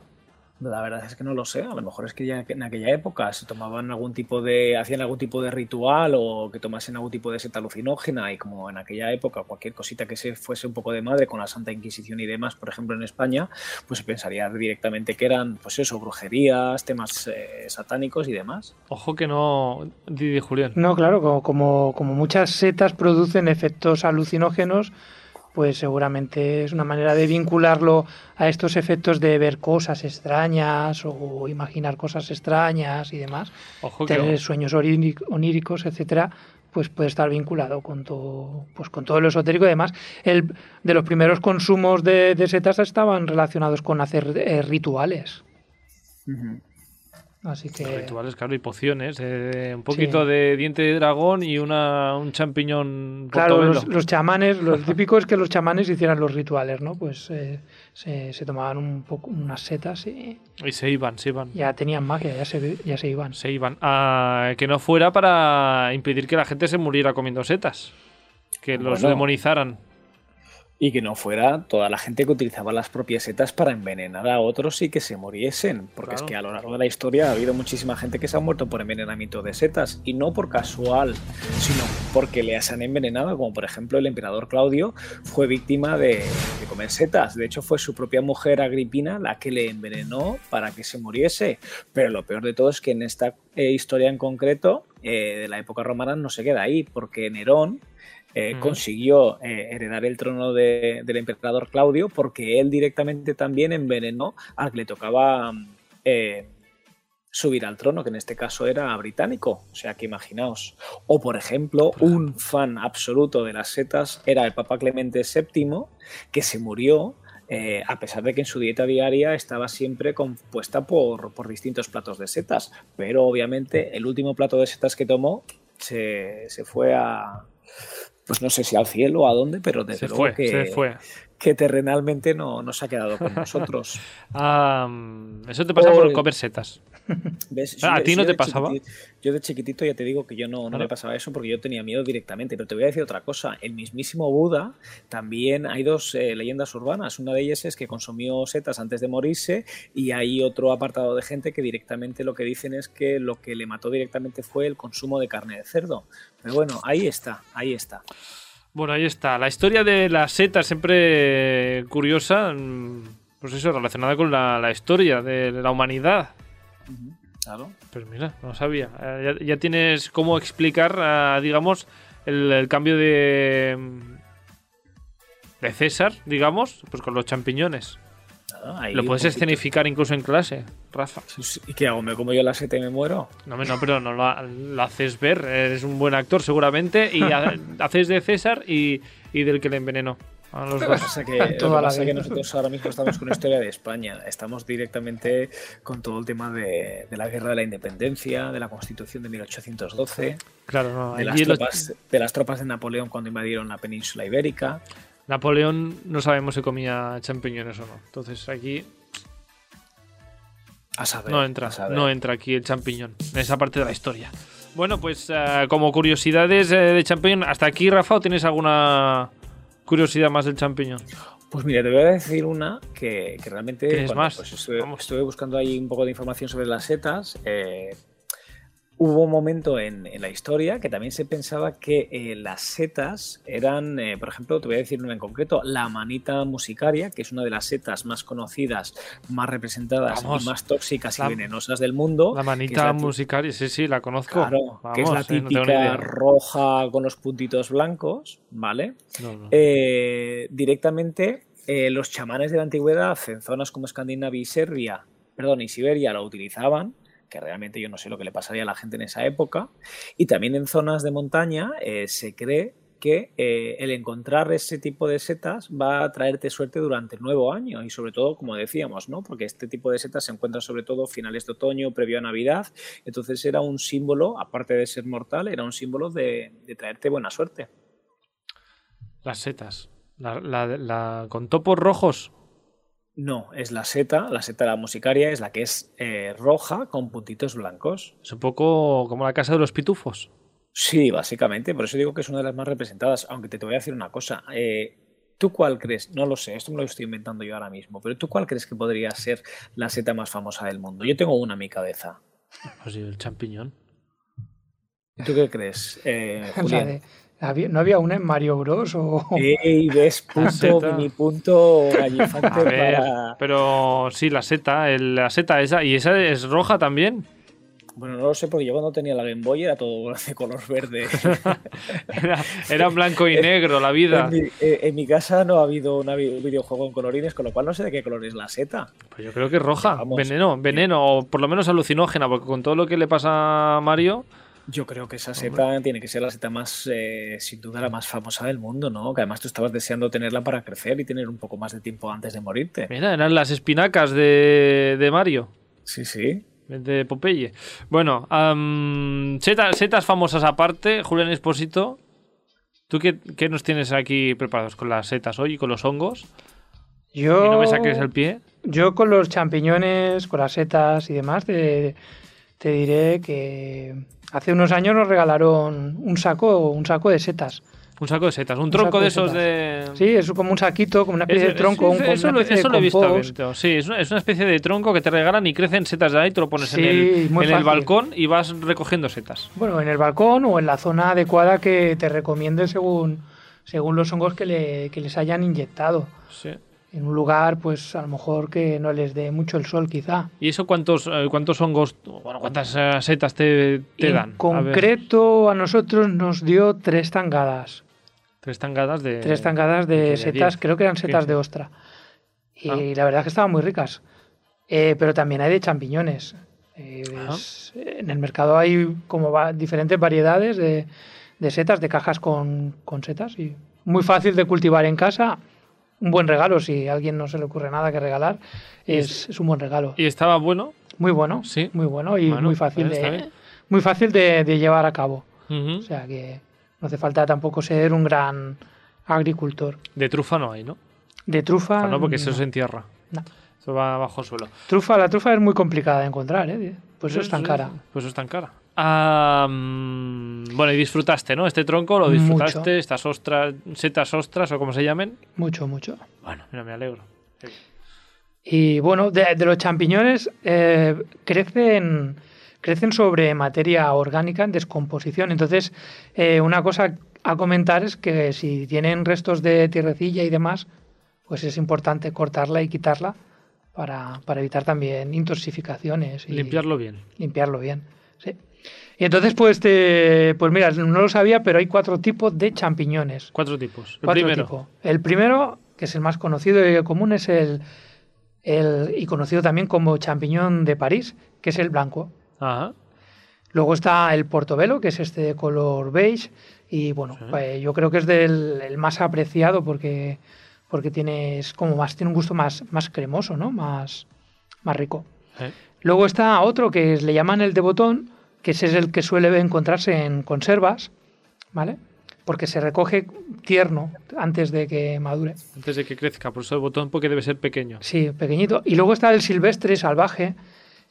A: La verdad es que no lo sé. A lo mejor es que ya en aquella época se tomaban algún tipo de, hacían algún tipo de ritual o que tomasen algún tipo de seta alucinógena y como en aquella época cualquier cosita que se fuese un poco de madre con la Santa Inquisición y demás, por ejemplo en España, pues se pensaría directamente que eran, pues eso, brujerías, temas eh, satánicos y demás.
B: Ojo que no... Didi Julián.
C: No, claro, como, como, como muchas setas producen efectos alucinógenos, pues seguramente es una manera de vincularlo a estos efectos de ver cosas extrañas o imaginar cosas extrañas y demás,
B: Ojo que...
C: tener sueños orí- oníricos, etcétera, pues puede estar vinculado con todo, pues con todo lo esotérico y demás. El, de los primeros consumos de, de setas estaban relacionados con hacer eh, rituales,
B: Mhm.
C: así que
B: Rituales, claro, y pociones. eh, un poquito de diente de dragón y una, un champiñón
C: Claro,
B: portobelo.
C: los, los chamanes, lo típico es que los chamanes hicieran los rituales, ¿no? Pues eh, se, se tomaban un poco unas setas y
B: Y se iban, se iban.
C: ya tenían magia, ya se, ve- ya se iban.
B: Se iban. Ah, que no fuera para impedir que la gente se muriera comiendo setas. Que los
A: Bueno.
B: demonizaran.
A: Y que no fuera toda la gente que utilizaba las propias setas para envenenar a otros y que se muriesen. Porque
B: Claro.
A: es que a lo largo de la historia ha habido muchísima gente que se ha muerto por envenenamiento de setas. Y no por casual, sino porque les han envenenado. Como por ejemplo el emperador Claudio fue víctima de, de comer setas. De hecho fue su propia mujer Agripina la que le envenenó para que se muriese. Pero lo peor de todo es que en esta eh, historia en concreto eh, de la época romana no se queda ahí. Porque Nerón eh,
B: Ujú.
A: consiguió eh, heredar el trono de- del emperador Claudio porque él directamente también envenenó al que le tocaba mm, eh, subir al trono, que en este caso era británico. O sea que imaginaos. O por ejemplo, un fan absoluto de las setas era el Papa Clemente VII, que se murió. eh, a pesar de que en su dieta diaria estaba siempre compuesta por, por distintos platos de setas, pero obviamente el último plato de setas que tomó se, se fue a, pues no sé si al cielo o a dónde, pero desde
B: Se
A: luego
B: fue,
A: que,
B: se fue.
A: que terrenalmente no, no se ha quedado con nosotros.
B: Ah, eso te pasa por
A: Pobre.
B: comer setas.
A: ¿Ves?
B: Ah, ¿a
A: de-
B: ti no
A: yo
B: te
A: de
B: pasaba?
A: chiquiti- Yo de chiquitito ya te digo que yo no, no
B: Ah.
A: me pasaba eso porque yo tenía miedo directamente. Pero te voy a decir otra cosa. El mismísimo Buda también hay dos eh, leyendas urbanas. Una de ellas es que consumió setas antes de morirse y hay otro apartado de gente que directamente lo que dicen es que lo que le mató directamente fue el consumo de carne de cerdo. Pero bueno, ahí está, ahí está.
B: Bueno, ahí está. La historia de las setas, siempre curiosa. mm, Pues eso, relacionada con la, la historia de la humanidad.
A: Claro.
B: Pues mira, no sabía. Eh, ya, ya tienes cómo explicar, ah, digamos, el, el cambio de. mm, de César, digamos, pues con los champiñones.
A: Nada, ahí
B: Lo
A: un
B: puedes
A: poquito.
B: escenificar incluso en clase, Rafa.
A: ¿Y qué hago? ¿Me como yo la seta y me muero?
B: No, hombre, no, pero no lo, ha- lo haces ver. Eres un buen actor, seguramente. Y ha- haces de César y, y del que le envenenó. A los
A: Lo que
B: dos.
A: pasa que, lo que
C: Toda la
A: pasa
C: vida.
A: que nosotros ahora mismo estamos con la historia de España. Estamos directamente con todo el tema de, de la guerra de la independencia, de la constitución de 1812,
B: Claro, no.
A: de
B: allí
A: las,
B: los-
A: tropas, de las tropas de Napoleón cuando invadieron la península ibérica.
B: Napoleón no sabemos si comía champiñones o no. Entonces aquí
A: A saber.
B: No entra,
A: a saber.
B: no entra aquí el champiñón, en esa parte de la historia. Bueno, pues eh, como curiosidades eh, de champiñón, hasta aquí, Rafa, ¿o tienes alguna curiosidad más del champiñón?
A: Pues mira, te voy a decir una que, que realmente
B: ¿Tienes
A: bueno,
B: más?
A: pues estuve,
B: Vamos.
A: estuve buscando ahí un poco de información sobre las setas. eh, hubo un momento en, en la historia que también se pensaba que eh, las setas eran, eh, por ejemplo, te voy a decir una en concreto, la manita musicaria, que es una de las setas más conocidas, más representadas
B: Vamos.
A: y más tóxicas
B: La-
A: y venenosas del mundo. Oh, que
B: La
A: es
B: manita
A: la-
B: musical, sí, sí, la conozco.
A: Claro, que es
B: Vamos,
A: la
B: eh, no tengo ni
A: típica
B: idea.
A: roja con los puntitos blancos, ¿vale?
B: No, no.
A: Eh, directamente eh, los chamanes de la antigüedad en zonas como Escandinavia y Serbia, perdón, y Siberia lo utilizaban, que realmente yo no sé lo que le pasaría a la gente en esa época, y también en zonas de montaña eh, se cree que eh, el encontrar ese tipo de setas va a traerte suerte durante el nuevo año y sobre todo, como decíamos, ¿no? porque este tipo de setas se encuentran sobre todo finales de otoño, previo a Navidad, entonces era un símbolo, aparte de ser mortal, era un símbolo de- de traerte buena suerte.
B: Las setas. La, la- la- con topos rojos.
A: No, es la seta, la seta de la musicaria es la que es eh, roja con puntitos blancos.
B: Es un poco como la casa de los pitufos.
A: Sí, básicamente, por eso digo que es una de las más representadas, aunque te, te voy a decir una cosa. eh, ¿Tú cuál crees? No lo sé, esto me lo estoy inventando yo ahora mismo, pero ¿tú cuál crees que podría ser la seta más famosa del mundo? Yo tengo una en mi cabeza.
B: Pues sí, el champiñón.
A: ¿Tú qué crees, eh,
C: La
A: Julián?
C: de- había- ¿No había una en Mario Bros? O...
A: Ey, ves, punto,
B: seta.
A: mini punto, gallifante
B: A ver,
A: para...
B: pero sí, la seta, el- la seta esa, y esa es roja también.
A: Bueno, no lo sé, porque yo cuando tenía la Game Boy era todo de color verde.
B: Era, era blanco y negro la vida.
A: En mi, eh, en mi casa no ha habido una vi- un videojuego en colorines, con lo cual no sé de qué color es la seta.
B: Pues yo creo que es roja,
A: Vamos.
B: veneno, veneno, o por lo menos alucinógena, porque con todo lo que le pasa a Mario,
A: Yo creo que esa seta tiene que ser la seta más, eh, sin duda, la más famosa del mundo, ¿no? Que además tú estabas deseando tenerla para crecer y tener un poco más de tiempo antes de morirte.
B: mira, eran las espinacas de, de Mario,
A: Sí, sí.
B: de Popeye. Bueno, am, seta- setas famosas aparte, Julián Esposito, ¿tú qué, qué nos tienes aquí preparados con las setas hoy y con los hongos?
C: Yo...
B: Y no me saques el pie.
C: Yo con los champiñones, con las setas y demás, te, te diré que hace unos años nos regalaron un saco, un saco de setas.
B: Un saco de setas, un tronco
C: saco
B: de
C: de
B: esos
C: setas.
B: de...
C: Sí, es como un saquito, como una especie de tronco, un,
B: eso,
C: como
B: eso
C: una
B: lo,
C: especie
B: eso
C: de
B: lo he visto
C: compost.
B: Bento. Sí, es una, es una especie de tronco que te regalan y crecen setas de ahí, te lo pones en,
C: Sí,
B: el,
C: muy
B: en el
C: fácil.
B: balcón y vas recogiendo setas.
C: Bueno, en el balcón o en la zona adecuada que te recomienden según, según los hongos que, le- que les hayan inyectado.
B: Sí.
C: En un lugar, pues a lo mejor que no les dé mucho el sol, quizá.
B: ¿Y eso cuántos, eh, cuántos hongos, bueno, cuántas eh, setas te, te
C: en
B: dan? A ver,
C: concreto, a nosotros nos dio tres tangadas.
B: tres tangadas Eh, de...
C: Tres tangadas de
B: quince,
C: setas,
B: diez.
C: creo que eran setas
B: 15.
C: de ostra. Y
B: Ah.
C: la verdad es que estaban muy ricas. Eh, pero también hay de champiñones. Eh,
B: Ah.
C: es- en el mercado hay como va- diferentes variedades de, de setas, de cajas con, con setas. Y muy fácil de cultivar en casa. Un buen regalo, si a alguien no se le ocurre nada que regalar, es, es un buen regalo.
B: Y estaba bueno.
C: Muy bueno,
B: Sí.
C: muy bueno y
B: Bueno,
C: muy fácil,
B: eh, está
C: de,
B: bien.
C: muy fácil de- de llevar a cabo.
B: Ujú.
C: O sea que no hace falta tampoco ser un gran agricultor.
B: De trufa no hay, ¿no?
C: De trufa.
B: Ah, no, porque eso
C: no.
B: se entierra.
C: No.
B: Eso va bajo suelo.
C: Trufa, la trufa es muy complicada de encontrar, ¿eh? Pues eso es tan
B: Sí,
C: cara.
B: sí, Pues eso es tan cara. Ah, mm, bueno, y disfrutaste, ¿no? Este tronco lo disfrutaste,
C: Mucho.
B: estas ostras, setas ostras o como se llamen.
C: Mucho, mucho.
B: Bueno, mira, me alegro.
C: Y bueno, de, de los champiñones eh, crecen, crecen sobre materia orgánica en descomposición. Entonces, eh, una cosa a comentar es que si tienen restos de tierrecilla y demás, pues es importante cortarla y quitarla para, para evitar también intoxicaciones. Y,
B: Limpiarlo bien.
C: limpiarlo bien. sí. Y entonces, pues, te, pues mira, no lo sabía, pero hay cuatro tipos de champiñones.
B: Cuatro tipos. El
C: Cuatro
B: primero.
C: tipos. El primero, que es el más conocido y común, es el, el- y conocido también como champiñón de París, que es el blanco.
B: Ajá.
C: Luego está el portobelo, que es este de color beige, y bueno, eh, yo creo que es del el más apreciado porque, porque tiene, es como más, tiene un gusto más, más cremoso, ¿no? Más, más rico.
B: Eh.
C: Luego está otro que es- le llaman el de botón, que ese es el que suele encontrarse en conservas, ¿vale? Porque se recoge tierno antes de que madure.
B: Antes de que crezca, por eso el botón porque debe ser pequeño.
C: Sí, pequeñito. Y luego está el silvestre salvaje,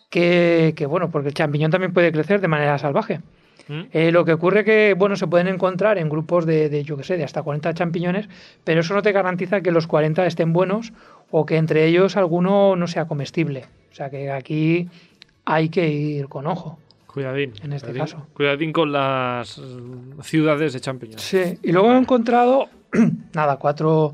C: que, que, bueno, porque el champiñón también puede crecer de manera salvaje.
B: Mm.
C: Eh, lo que ocurre que, bueno, se pueden encontrar en grupos de, de, yo que sé, de hasta 40 champiñones, pero eso no te garantiza que los 40 estén buenos o que entre ellos alguno no sea comestible. O sea que aquí hay que ir con ojo.
B: Cuidadín.
C: En este
B: cuidadín,
C: caso.
B: Cuidadín con las eh, ciudades de champiñones.
C: Sí, y luego he encontrado, nada, cuatro,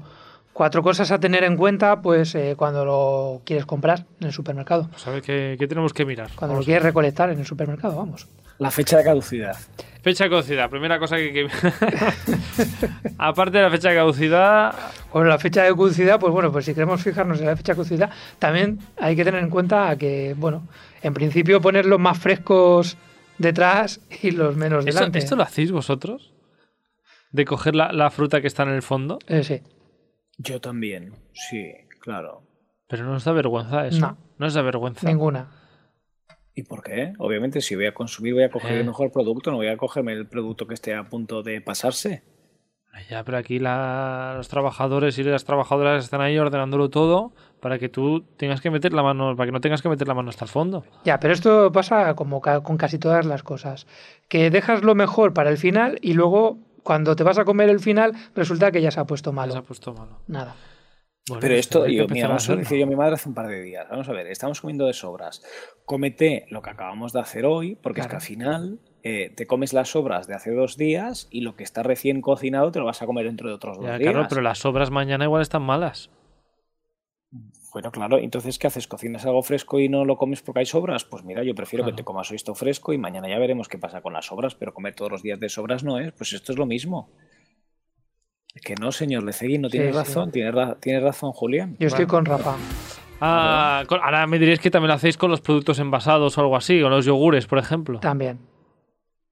C: cuatro cosas a tener en cuenta pues eh, cuando lo quieres comprar en el supermercado.
B: Pues a ver qué, qué tenemos que mirar.
C: Cuando
B: Vamos
C: lo quieres recolectar en el supermercado, vamos.
A: La fecha de caducidad.
B: a- Fecha de caducidad, primera cosa que. que- Aparte de la fecha de caducidad,
C: Bueno, la fecha de caducidad, pues bueno, pues si queremos fijarnos en la fecha de caducidad, también hay que tener en cuenta que, bueno, en principio poner los más frescos detrás y los menos
B: ¿esto,
C: delante.
B: esto lo hacéis vosotros? ¿De coger la, la fruta que está en el fondo?
C: Eh, sí.
A: Yo también, sí, claro.
B: Pero no os da vergüenza eso.
C: No.
B: os da vergüenza.
C: Ninguna.
A: ¿Y por qué? Obviamente, si voy a consumir, voy a coger
B: Eh.
A: el mejor producto, no voy a cogerme el producto que esté a punto de pasarse.
B: Ya, pero aquí la- los trabajadores y las trabajadoras están ahí ordenándolo todo para que tú tengas que meter la mano, para que no tengas que meter la mano hasta el fondo.
C: Ya, pero esto pasa como ca- con casi todas las cosas. Que dejas lo mejor para el final y luego, cuando te vas a comer el final, resulta que ya se ha puesto
B: Se ha
C: malo.
B: puesto malo.
C: Nada.
B: Bueno,
A: Pero
B: pues
A: esto,
B: hay que
A: yo,
B: empezar
A: mira,
B: a
A: vamos a ver,
B: hacerlo.
A: decía yo a mi madre hace un par de días. Vamos a ver, estamos comiendo de sobras. Cómete lo que acabamos de hacer hoy, porque es que
C: Claro.
A: al final eh, te comes las sobras de hace dos días y lo que está recién cocinado te lo vas a comer dentro de otros dos
B: Ya,
A: días.
B: claro, pero las obras mañana igual están malas.
A: Bueno, claro, entonces ¿qué haces? ¿Cocinas algo fresco y no lo comes porque hay sobras? Pues mira, yo prefiero
B: Claro.
A: que te comas hoy esto fresco y mañana ya veremos qué pasa con las sobras, pero comer todos los días de sobras no es, pues esto es lo mismo. Que no, señor Lecegui, no
C: Sí,
A: tienes
C: sí.
A: razón, tienes, ra- tienes razón, Julián.
C: Yo estoy
B: Bueno.
C: con Rafa.
B: Ah, con- ahora me diréis que también lo hacéis con los productos envasados o algo así, o los yogures, por ejemplo.
C: También.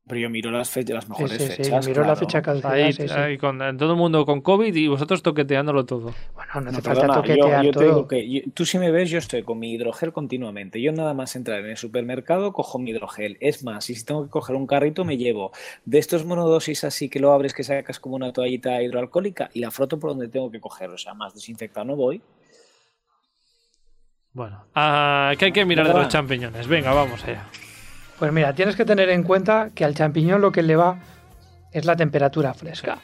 A: Pero yo miro las, fechas, las
C: Sí,
A: mejores
C: sí, sí.
A: fechas.
C: Miro la
A: claro.
C: fecha de caducidad.
B: Ahí,
C: sí, sí.
B: ahí con, todo el mundo con COVID y vosotros toqueteándolo todo.
C: Bueno, no
A: No,
C: hace falta
A: perdona,
C: toquetear
A: yo, yo te
C: todo.
A: digo que yo- tú si me ves, yo estoy con mi hidrogel continuamente. Yo nada más entrar en el supermercado cojo mi hidrogel. Es más, y si tengo que coger un carrito me llevo de estos monodosis así que lo abres que sacas como una toallita hidroalcohólica y la froto por donde tengo que coger. O sea, más desinfectado no voy.
B: Bueno, ah, ¿qué hay que mirar de
A: Venga,
B: los
A: va.
B: champiñones? Venga, vamos allá.
C: Pues mira, tienes que tener en cuenta que al champiñón lo que le va es la temperatura fresca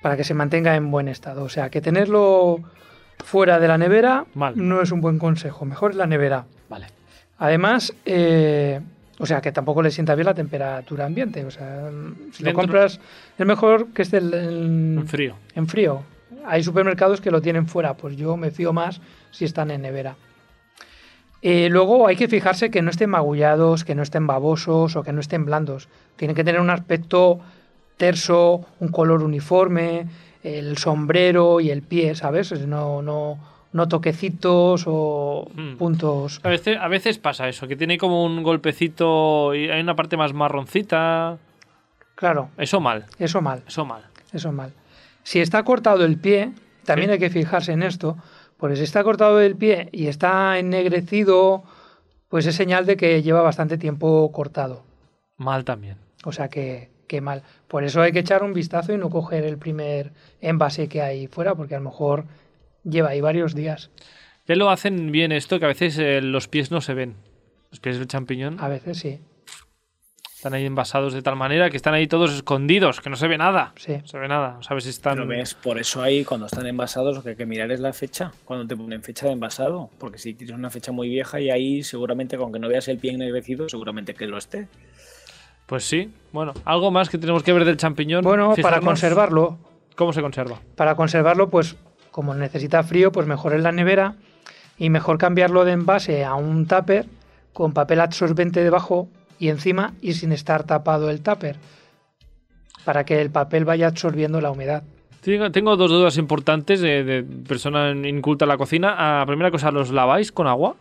C: para que se mantenga en buen estado. O sea, que tenerlo fuera de la nevera
B: Mal.
C: no es un buen consejo. Mejor en la nevera.
B: Vale.
C: Además, eh, o sea, que tampoco le sienta bien la temperatura ambiente. O sea, si
B: Dentro-
C: lo compras, es mejor que esté en- en-
B: En frío.
C: en frío. Hay supermercados que lo tienen fuera, pues yo me fío más si están en nevera. Eh, luego hay que fijarse que no estén magullados, que no estén babosos o que no estén blandos. Tienen que tener un aspecto terso, un color uniforme, el sombrero y el pie, ¿sabes? No, no, no toquecitos o
B: Mm.
C: puntos.
B: A veces, a veces pasa eso, que tiene como un golpecito y hay una parte más marroncita.
C: Claro,
B: Eso mal,
C: eso mal.
B: eso mal.
C: Eso es mal. Si está cortado el pie, también
B: Sí.
C: hay que fijarse en esto, porque si está cortado el pie y está ennegrecido, pues es señal de que lleva bastante tiempo cortado.
B: Mal también.
C: O sea que, que mal. Por eso hay que echar un vistazo y no coger el primer envase que hay fuera, porque a lo mejor lleva ahí varios días
B: Ya lo hacen bien esto, que a veces eh, los pies no se ven. Los pies del champiñón
C: a veces, sí.
B: están ahí envasados de tal manera que están ahí todos escondidos, que no se ve nada.
C: Sí.
B: No se ve nada, no sabes si están...
A: Pero ves, por eso ahí cuando están envasados lo que hay que mirar es la fecha, cuando te ponen fecha de envasado, porque si tienes una fecha muy vieja y ahí seguramente con que no veas el pie ennegrecido, seguramente que lo esté.
B: Pues sí, bueno, algo más que tenemos que ver del champiñón.
C: Bueno, para
B: Fijarnos
C: conservarlo,
B: ¿Cómo se conserva?
C: para conservarlo, pues como necesita frío, pues mejor en la nevera y mejor cambiarlo de envase a un tupper con papel absorbente debajo y encima y sin estar tapado el tupper para que el papel vaya absorbiendo la humedad.
B: Tengo, tengo dos dudas importantes de, de persona inculta en la cocina. Ah, primera cosa, ¿los laváis con agua?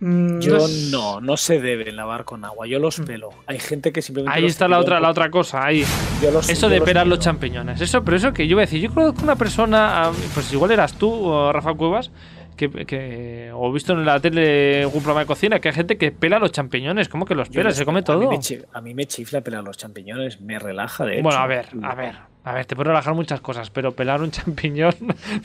C: Mm,
A: Yo
C: no es-
A: no, no se deben lavar con agua, yo los pelo. Hay gente que simplemente...
B: Mm. Ahí
A: los
B: está la
A: cepilla
B: otra,
A: un
B: la
A: poco.
B: otra cosa, ahí.
A: Yo los-
B: Eso
A: yo
B: de
A: los
B: pelar los
A: miro.
B: champiñones. Eso, pero eso que yo voy a decir, yo creo que una persona, ah, pues igual eras tú, o Rafa Cuevas, que, que- o he visto en la tele algún programa de cocina, que hay gente que pela los champiñones. ¿Cómo que los
A: Yo
B: pela?
A: los-
B: Se come todo.
A: A mí, me chi- a mí me chifla pelar los champiñones, me relaja de hecho.
B: Bueno, a ver, a ver, a ver, te puedo relajar muchas cosas, pero pelar un champiñón,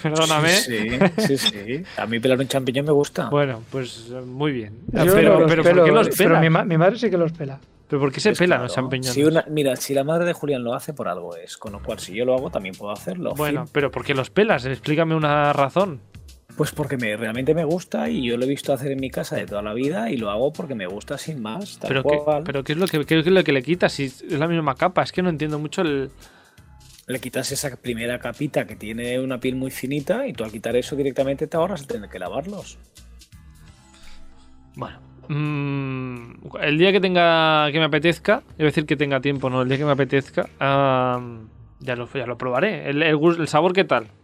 B: perdóname.
A: Sí, sí, sí, sí. A mí pelar un champiñón me gusta.
B: Bueno, pues eh, muy bien.
C: yo
B: pero,
C: no los
B: pero ¿por
C: pelo,
B: qué los
C: pero
B: pelas?
C: mi, ma- mi madre sí que los pela.
B: Pero ¿por qué se
A: Pues
B: pelan
A: claro,
B: los champiñones?
A: si una- mira, si la madre de Julián lo hace, por algo es. Con lo cual, si yo lo hago, también puedo hacerlo.
B: Bueno, pero ¿por qué los pelas? Explícame una razón.
A: Pues porque me, realmente me gusta y yo lo he visto hacer en mi casa de toda la vida y lo hago porque me gusta sin más. Tal
B: Pero ¿qué,
A: cual.
B: pero ¿qué es lo que, qué es lo que le quitas? Si es la misma capa, es que no entiendo mucho el...
A: Le quitas esa primera capita que tiene una piel muy finita y tú al quitar eso directamente te ahorras el tener que lavarlos.
B: Bueno. Mm, el día que tenga que me apetezca, es decir que tenga tiempo, no, el día que me apetezca, ah, ya, lo, ya lo probaré. El, el gus- el sabor qué tal?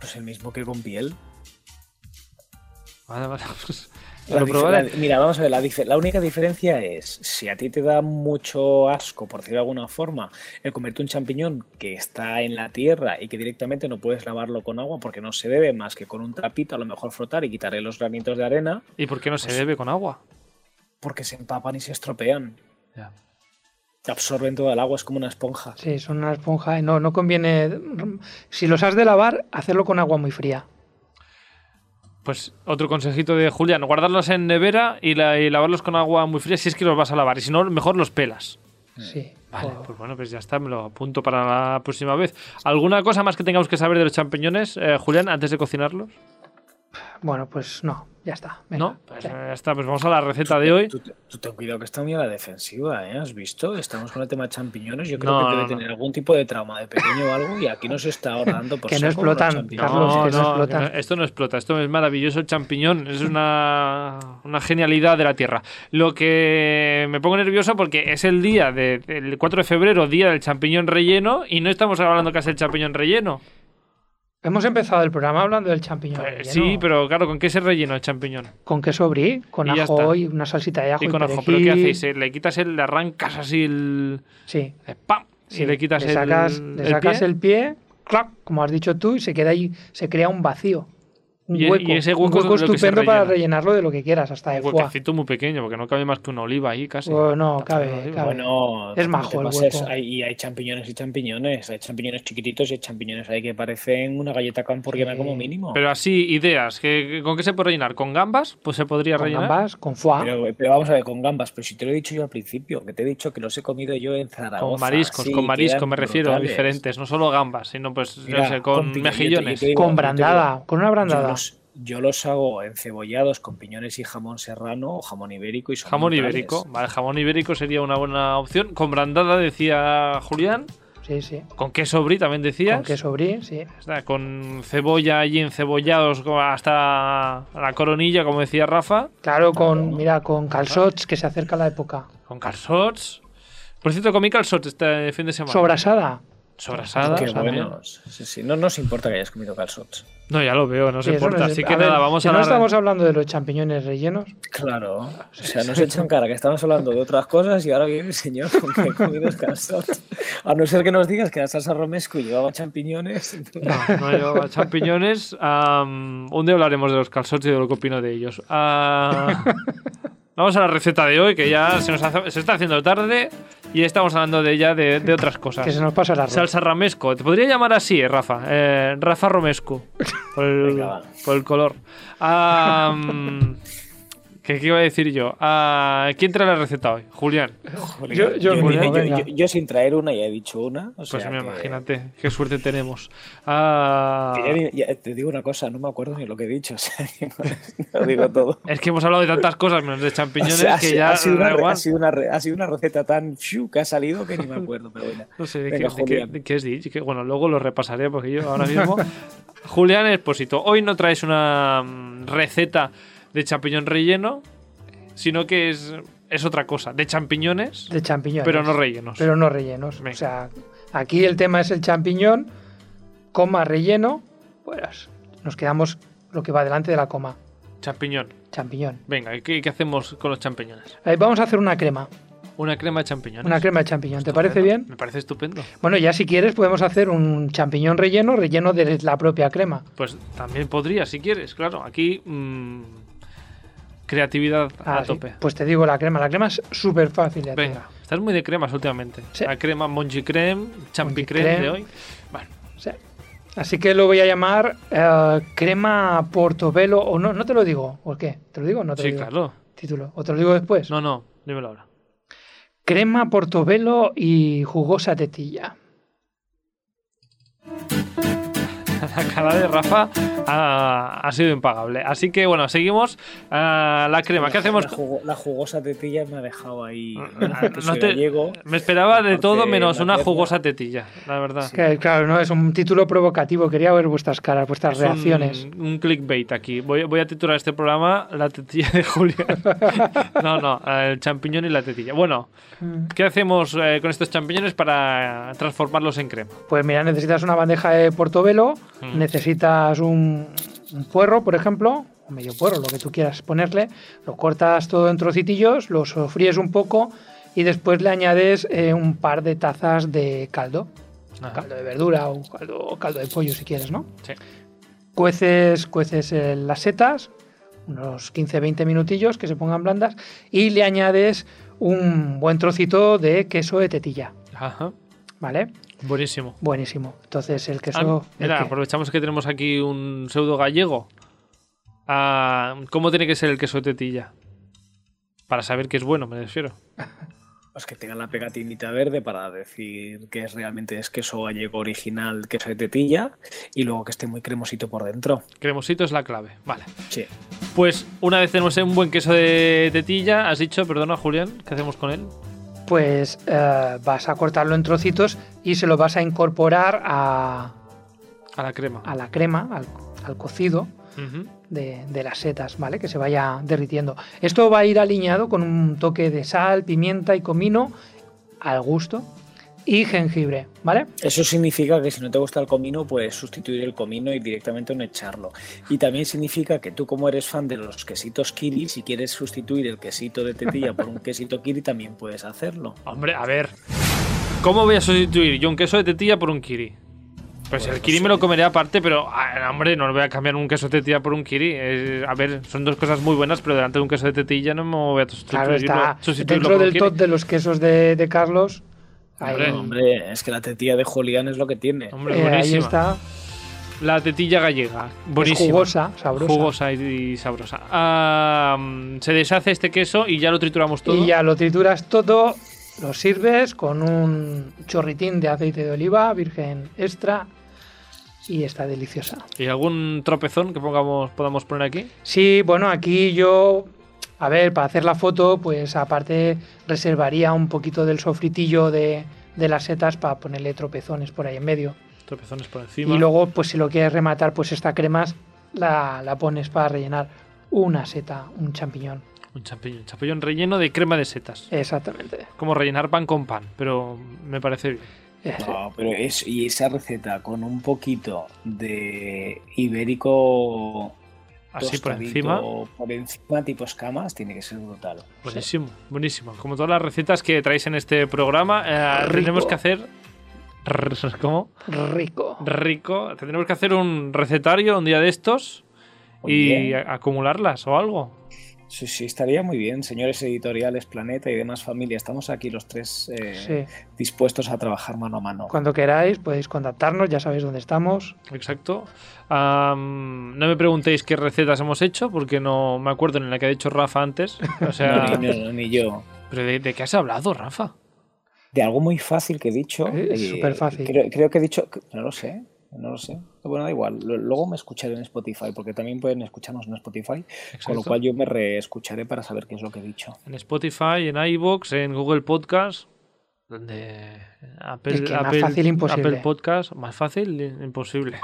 A: Pues el mismo que con piel.
B: Vale, vale, pues, ya
A: La
B: lo
A: dif-
B: probaré.
A: la- mira, vamos a ver, la, dif- la única diferencia es si a ti te da mucho asco, por decirlo de alguna forma, el comerte un champiñón que está en la tierra y que directamente no puedes lavarlo con agua porque no se debe más que con un trapito, a lo mejor frotar y quitarle los granitos de arena
B: ¿Y por qué no
A: Pues
B: se bebe con agua?
A: porque se empapan y se estropean.
B: Ya.
A: Absorben toda el agua, es como una esponja.
C: Sí, son una esponja. y No, no conviene. Si los has de lavar, hacerlo con agua muy fría.
B: Pues otro consejito de Julián, guardarlos en nevera y, la- y lavarlos con agua muy fría si es que los vas a lavar. Y si no, mejor los pelas.
A: Mm,
C: Sí.
B: Vale,
C: O-
B: pues bueno, pues ya está, me lo apunto para la próxima vez. ¿Alguna cosa más que tengamos que saber de los champiñones, eh, Julián, antes de cocinarlos?
C: Bueno, pues no, ya está. venga.
B: No, pues
C: Sí.
B: eh, ya está, pues vamos a la receta de hoy.
A: Tú, te- tú ten cuidado que está muy a la defensiva, ¿eh? ¿Has visto? Estamos con el tema de champiñones. Yo creo
B: No,
A: que
B: no,
A: debe
B: no.
A: tener algún tipo de trauma de pequeño o algo y aquí nos está ahorrando por
C: Que no
A: saco con los
C: explotan,
A: champiñones.
C: Carlos,
B: No,
C: que no
B: no,
C: explota.
B: que no- esto no explota, esto es maravilloso el champiñón, es una, una genialidad de la tierra. Lo que me pongo nervioso porque es el día de- del 4 de febrero, día del champiñón relleno, y no estamos hablando casi del champiñón relleno.
C: Hemos empezado el programa hablando del champiñón.
B: Pues
C: relleno.
B: sí, pero claro, ¿con qué se relleno el champiñón?
C: Con queso brie, con
B: Y ya
C: ajo
B: está.
C: y una salsita de ajo.
B: Y con ajo, ¿pero
C: perejil.
B: qué hacéis? Eh, ¿Le quitas el, le arrancas así el...
C: Sí.
B: eh, ¡Pam!
C: sí.
B: y le quitas el,
C: sacas,
B: el
C: le sacas
B: pie?
C: el pie, clac, como has dicho tú, y se queda ahí, se crea un vacío. Un
B: Y e-
C: hueco.
B: y ese
C: un
B: hueco es
C: hueco
B: lo que se
C: estupendo para
B: rellena.
C: rellenarlo de lo que quieras, hasta de
B: Un
C: foie.
B: huequecito muy pequeño, porque no cabe más que una oliva ahí casi.
C: Oh, no,
B: Tampoco
C: cabe,
B: una oliva.
C: cabe.
A: Bueno,
C: Es
A: tampoco
C: majo
A: te
C: el
A: pases.
C: hueco.
A: Hay- y hay champiñones y champiñones. Hay champiñones chiquititos y hay champiñones ahí que parecen una galleta campurguera
C: Sí.
A: como mínimo.
B: Pero así, ideas. ¿qué- qué- ¿Con qué se puede rellenar? ¿Con gambas? Pues se podría
C: Con
B: rellenar.
C: gambas, con foie.
A: Pero- pero vamos a ver, con gambas. Pero si te lo he dicho yo al principio, que te he dicho que los he comido yo en Zaragoza.
B: Con mariscos,
A: Sí,
B: con marisco
A: quedan
B: me refiero,
A: brutales.
B: diferentes. No solo gambas, sino pues, no
A: Mira,
B: sé, con
A: compi, yo te- yo te
B: mejillones.
A: digo- yo
C: con
A: te
C: brandada, con una
A: digo, Yo
C: brandada.
A: los, yo los hago encebollados con piñones y jamón serrano o jamón ibérico y son
B: Jamón
A: brutales.
B: ibérico. Vale, jamón ibérico sería una buena opción. Con brandada, decía Julián.
C: Sí, sí.
B: Con queso brie, también decías.
C: Con queso brie, sí.
B: Está, Con cebolla y encebollados como hasta la coronilla, como decía Rafa.
C: Claro, con, mira, con calzots, que se acerca la época.
B: Con calzots. Por cierto, comí calzots este fin de semana.
C: Sobrasada.
B: Sobrasada.
A: Qué
B: también.
A: buenos. Sí, sí. No nos importa que hayas comido calzots.
B: No, ya lo veo, no se
C: Sí, eso
B: importa.
C: no es-
B: Así que
C: ver,
B: nada, vamos
C: si
B: a
C: no
B: la...
C: estamos hablando de los champiñones rellenos.
A: Claro. O sea, nos echan cara que estamos hablando de otras cosas y ahora viene el señor con que he comido calzots. A no ser que nos digas que la salsa romesco llevaba champiñones.
B: No, no llevaba champiñones. am, un día hablaremos de los calzots y de lo que opino de ellos. Ah, vamos a la receta de hoy, que ya se nos hace- se está haciendo tarde y estamos hablando de ya de, de otras cosas.
C: Que se nos pasa la
B: Salsa ramesco. Te podría llamar así, eh, Rafa. Eh, Rafa Romesco. Por el,
A: Venga, va.
B: por el color. Ah, mm, ¿qué, qué iba a decir yo? Ah, ¿Quién trae la receta hoy? Julián.
C: Yo- yo
A: mira,
C: mismo, venga.
A: yo- yo sin traer una ya he dicho una. O
B: Pues
A: sea
B: me
A: que-
B: imagínate, qué suerte tenemos. Ah,
A: que ya ni- ya te digo una cosa, no me acuerdo ni lo que he dicho. O sea, que no- lo digo todo.
B: es que hemos hablado de tantas cosas menos de
A: O
B: champiñones
A: sea, ha,
B: que
A: sido-
B: ya
A: ha sido
B: da
A: una, re-
B: igual.
A: ha sido una re- ha sido una receta tan fiu que ha salido que ni me acuerdo. Pero bueno.
B: No sé, de
A: Venga,
B: qué, de qué-
A: Julián.
B: de qué es dicho. que Bueno, luego lo repasaré porque yo ahora mismo. Julián Espósito, hoy no traes una mm, receta de champiñón relleno, sino que es, es otra cosa, de champiñones,
C: de champiñones.
B: pero no rellenos.
C: Pero no rellenos.
B: Venga.
C: O sea, aquí el tema es el champiñón, coma relleno. Pues nos quedamos lo que va delante de la coma.
B: Champiñón.
C: Champiñón.
B: Venga, ¿qué, qué hacemos con los champiñones?
C: Ahí vamos a hacer una crema.
B: Una crema de champiñones.
C: Una crema de champiñón. ¿Te
B: Estupendo,
C: parece bien?
B: Me parece estupendo.
C: Bueno, ya si quieres podemos hacer un champiñón relleno, relleno de la propia crema.
B: Pues también podría, si quieres, claro. Aquí. mm, creatividad
C: Ah,
B: a
C: sí.
B: tope.
C: Pues te digo la crema. La crema es súper fácil de hacer.
B: Venga, estás muy de cremas últimamente.
C: Sí.
B: La crema Monji Creme, Champi
C: Monji
B: Creme
C: creme.
B: de hoy. Bueno,
C: Sí. Así que lo voy a llamar eh, crema portobelo. O no, no te lo digo. ¿Por qué? ¿Te lo digo o no te
B: sí,
C: lo digo?
B: claro.
C: Título. ¿O te lo digo después?
B: No, no, dímelo ahora.
C: crema, portobelo y jugosa tetilla.
B: La cara de Rafa ha, ha sido impagable. Así que bueno, seguimos. Ah, la crema, ¿qué hacemos? Ah,
A: La, jugo- la jugosa tetilla me ha dejado ahí.
B: No
A: No
B: te-
A: gallego.
B: Me esperaba de todo
A: Porque
B: menos
A: la
B: una
A: tierra-
B: jugosa tetilla, la verdad.
C: Es que, claro, no es un título provocativo. Quería ver vuestras caras, vuestras
B: Es un-
C: reacciones.
B: Un, clickbait aquí. Voy, voy a titular este programa La tetilla de Julián. no, no, el champiñón y la tetilla. Bueno, ¿qué hacemos eh, con estos champiñones para transformarlos en crema?
C: Pues mira, necesitas una bandeja de portobelo,
B: Mm.
C: necesitas un, un puerro, por ejemplo, o medio puerro, lo que tú quieras ponerle, lo cortas todo en trocitillos, lo sofríes un poco y después le añades eh, un par de tazas de caldo,
B: Ajá.
C: caldo de verdura o caldo, o caldo de pollo si quieres, ¿no?
B: Sí.
C: Cueces, cueces eh, las setas, unos 15-20 minutillos que se pongan blandas y le añades un buen trocito de queso de tetilla,
B: Ajá.
C: ¿vale?
B: Buenísimo.
C: Buenísimo. Entonces el
B: Ah,
C: queso. el
B: mira,
C: que-
B: aprovechamos que tenemos aquí un pseudo gallego. Ah, ¿Cómo tiene que ser el queso de tetilla? Para saber que es bueno, me refiero.
A: Pues que tengan la pegatinita verde para decir que es realmente es queso gallego original, queso de tetilla, y luego que esté muy cremosito por dentro.
B: Cremosito es la clave. Vale.
A: Sí.
B: Pues una vez tenemos un buen queso de tetilla, has dicho, perdona Julián, ¿qué hacemos con él?
C: Pues eh, vas a cortarlo en trocitos y se lo vas a incorporar a,
B: A la crema.
C: a la crema, al, al cocido
B: Ujú.
C: de, de las setas, ¿vale? Que se vaya derritiendo. Esto va a ir alineado con un toque de sal, pimienta y comino al gusto y jengibre, ¿vale?
A: Eso significa que si no te gusta el comino, puedes sustituir el comino y directamente no echarlo. Y también significa que tú, como eres fan de los quesitos Kiri, si quieres sustituir el quesito de tetilla por un quesito Kiri, también puedes hacerlo.
B: Hombre, a ver. ¿Cómo voy a sustituir yo un queso de tetilla por un kiri? Pues el kiri me lo comeré aparte, pero ah, hombre, no le voy a cambiar un queso de tetilla por un kiri. Eh, a ver, son dos cosas muy buenas, pero delante de un queso de tetilla no me voy a sustituirlo,
C: Claro, está
B: sustituirlo
C: dentro
B: por un
C: del
B: kiri.
C: top de los quesos de, de Carlos. Ahí,
B: Hombre,
A: No, hombre, es que la tetilla de Julián es lo que tiene.
B: Hombre,
C: eh, ahí
B: buenísima.
C: está.
B: La tetilla gallega.
C: Es
B: Buenísima.
C: jugosa, sabrosa.
B: Jugosa y y sabrosa. Ah, mm, se deshace este queso y ya lo trituramos todo.
C: Y ya lo trituras todo, lo sirves con un chorritín de aceite de oliva virgen extra y está deliciosa.
B: ¿Y algún tropezón que pongamos, podamos poner aquí?
C: Sí, bueno, aquí yo, a ver, para hacer la foto, pues aparte reservaría un poquito del sofritillo de, de las setas para ponerle tropezones por ahí en medio.
B: Tropezones por
C: Y
B: encima.
C: luego, pues si lo quieres rematar, pues esta crema la, la pones para rellenar una seta, un champiñón.
B: Un champiñón. Champiñón relleno de crema de setas.
C: Exactamente.
B: Como rellenar pan con pan, pero me parece bien.
C: Ese.
A: No, pero es, y esa receta con un poquito de ibérico
B: Así por
A: tostadito
B: encima. Pues
A: por encima, tipo escamas, tiene que ser brutal.
B: Buenísimo, buenísimo. Como todas las recetas que traéis en este programa, eh,
C: Rico.
B: tenemos que hacer... ¿Cómo?
C: Rico.
B: Rico. Tendremos que hacer un recetario un día de estos
A: Muy
B: y
A: bien.
B: a- acumularlas o algo.
A: Sí, sí, estaría muy bien, señores editoriales, Planeta y demás familia. Estamos aquí los tres eh,
C: Sí.
A: dispuestos a trabajar mano a mano.
C: Cuando queráis podéis contactarnos, ya sabéis dónde estamos.
B: Exacto. Am, no me preguntéis qué recetas hemos hecho, porque no me acuerdo ni la que ha dicho Rafa antes. O sea,
A: No, ni, no, ni yo.
B: ¿pero de, de qué has hablado, Rafa?
A: De algo muy fácil que he dicho.
C: Sí, es
A: eh,
C: superfácil.
A: Creo, creo que he dicho. No lo sé. No lo sé. Bueno, da igual. lo- Luego me escucharé en Spotify, porque también pueden escucharnos en Spotify. Con
B: Exacto.
A: lo cual yo me reescucharé para saber qué es lo que he dicho.
B: En Spotify, en iVoox, en Google Podcast, donde Apple,
C: Es que más
B: Apple-
C: fácil imposible.
B: Apple Podcast, más fácil i- imposible.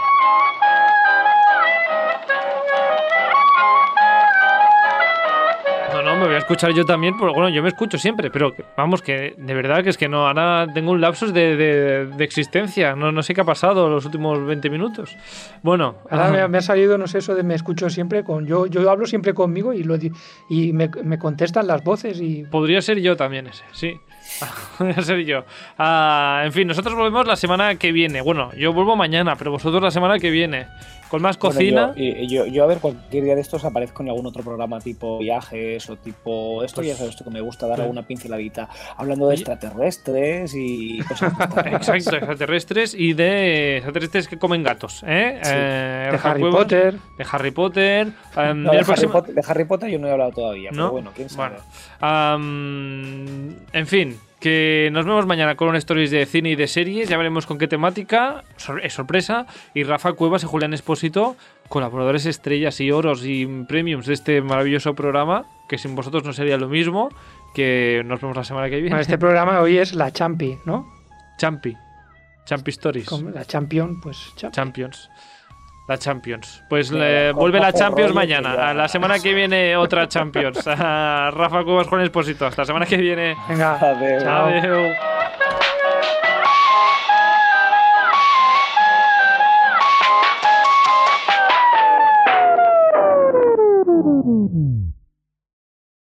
B: No, no, me voy a escuchar yo también, porque bueno, yo me escucho siempre, pero que- vamos, que de verdad que es que no, ahora tengo un lapsus de, de- de existencia, no, no sé qué ha pasado los últimos 20 minutos. Bueno,
C: Ahora
B: ah,
C: me, me ha salido, no sé, eso de me escucho siempre con... Yo, yo hablo siempre conmigo y, lo, di- y me, me contestan las voces y...
B: Podría ser yo también ese, sí. Podría ser yo. Ah, en fin, nosotros volvemos la semana que viene. Bueno, yo vuelvo mañana, pero vosotros la semana que viene. Con más cocina.
A: Bueno, yo, y- yo, yo, a ver, cualquier día de estos aparezco en algún otro programa tipo viajes o tipo esto, ya sabes, esto que me gusta dar
B: sí.
A: alguna pinceladita hablando de
B: Pues Oye.
A: extraterrestres y cosas de estas.
B: Exacto, extraterrestres y de extraterrestres que comen gatos. ¿eh?
A: Sí.
B: Eh,
C: De
B: Rafa
C: Harry
B: Cuevas,
C: Potter.
B: De Harry Potter. em,
A: No, de,
B: y el
A: Harry
B: próximo-
A: Potter, de Harry Potter yo no he hablado todavía,
B: ¿No?
A: pero bueno, quién sabe.
B: Bueno, am, en fin, que nos vemos mañana con un stories de cine y de series. Ya veremos con qué temática. Sor- es sorpresa. Y Rafa Cuevas y Julián Espósito, colaboradores estrellas y oros y premiums de este maravilloso programa, que sin vosotros no sería lo mismo. Que nos vemos la semana que viene.
C: Bueno, este programa hoy es la Champi, ¿no?
B: Champi. Champi Stories.
C: Como la Champion, pues Champi.
B: Champions. La Champions. Pues
E: Pero
B: le-
E: la Copa
B: vuelve la
E: Ferrol
B: Champions
E: que
B: mañana.
E: ya-
B: A la semana que viene otra Champions. A Rafa Cubas, Juan Espósito. Hasta la semana que viene.
C: Venga.
E: Adeu.
C: Chao.
B: Adiós.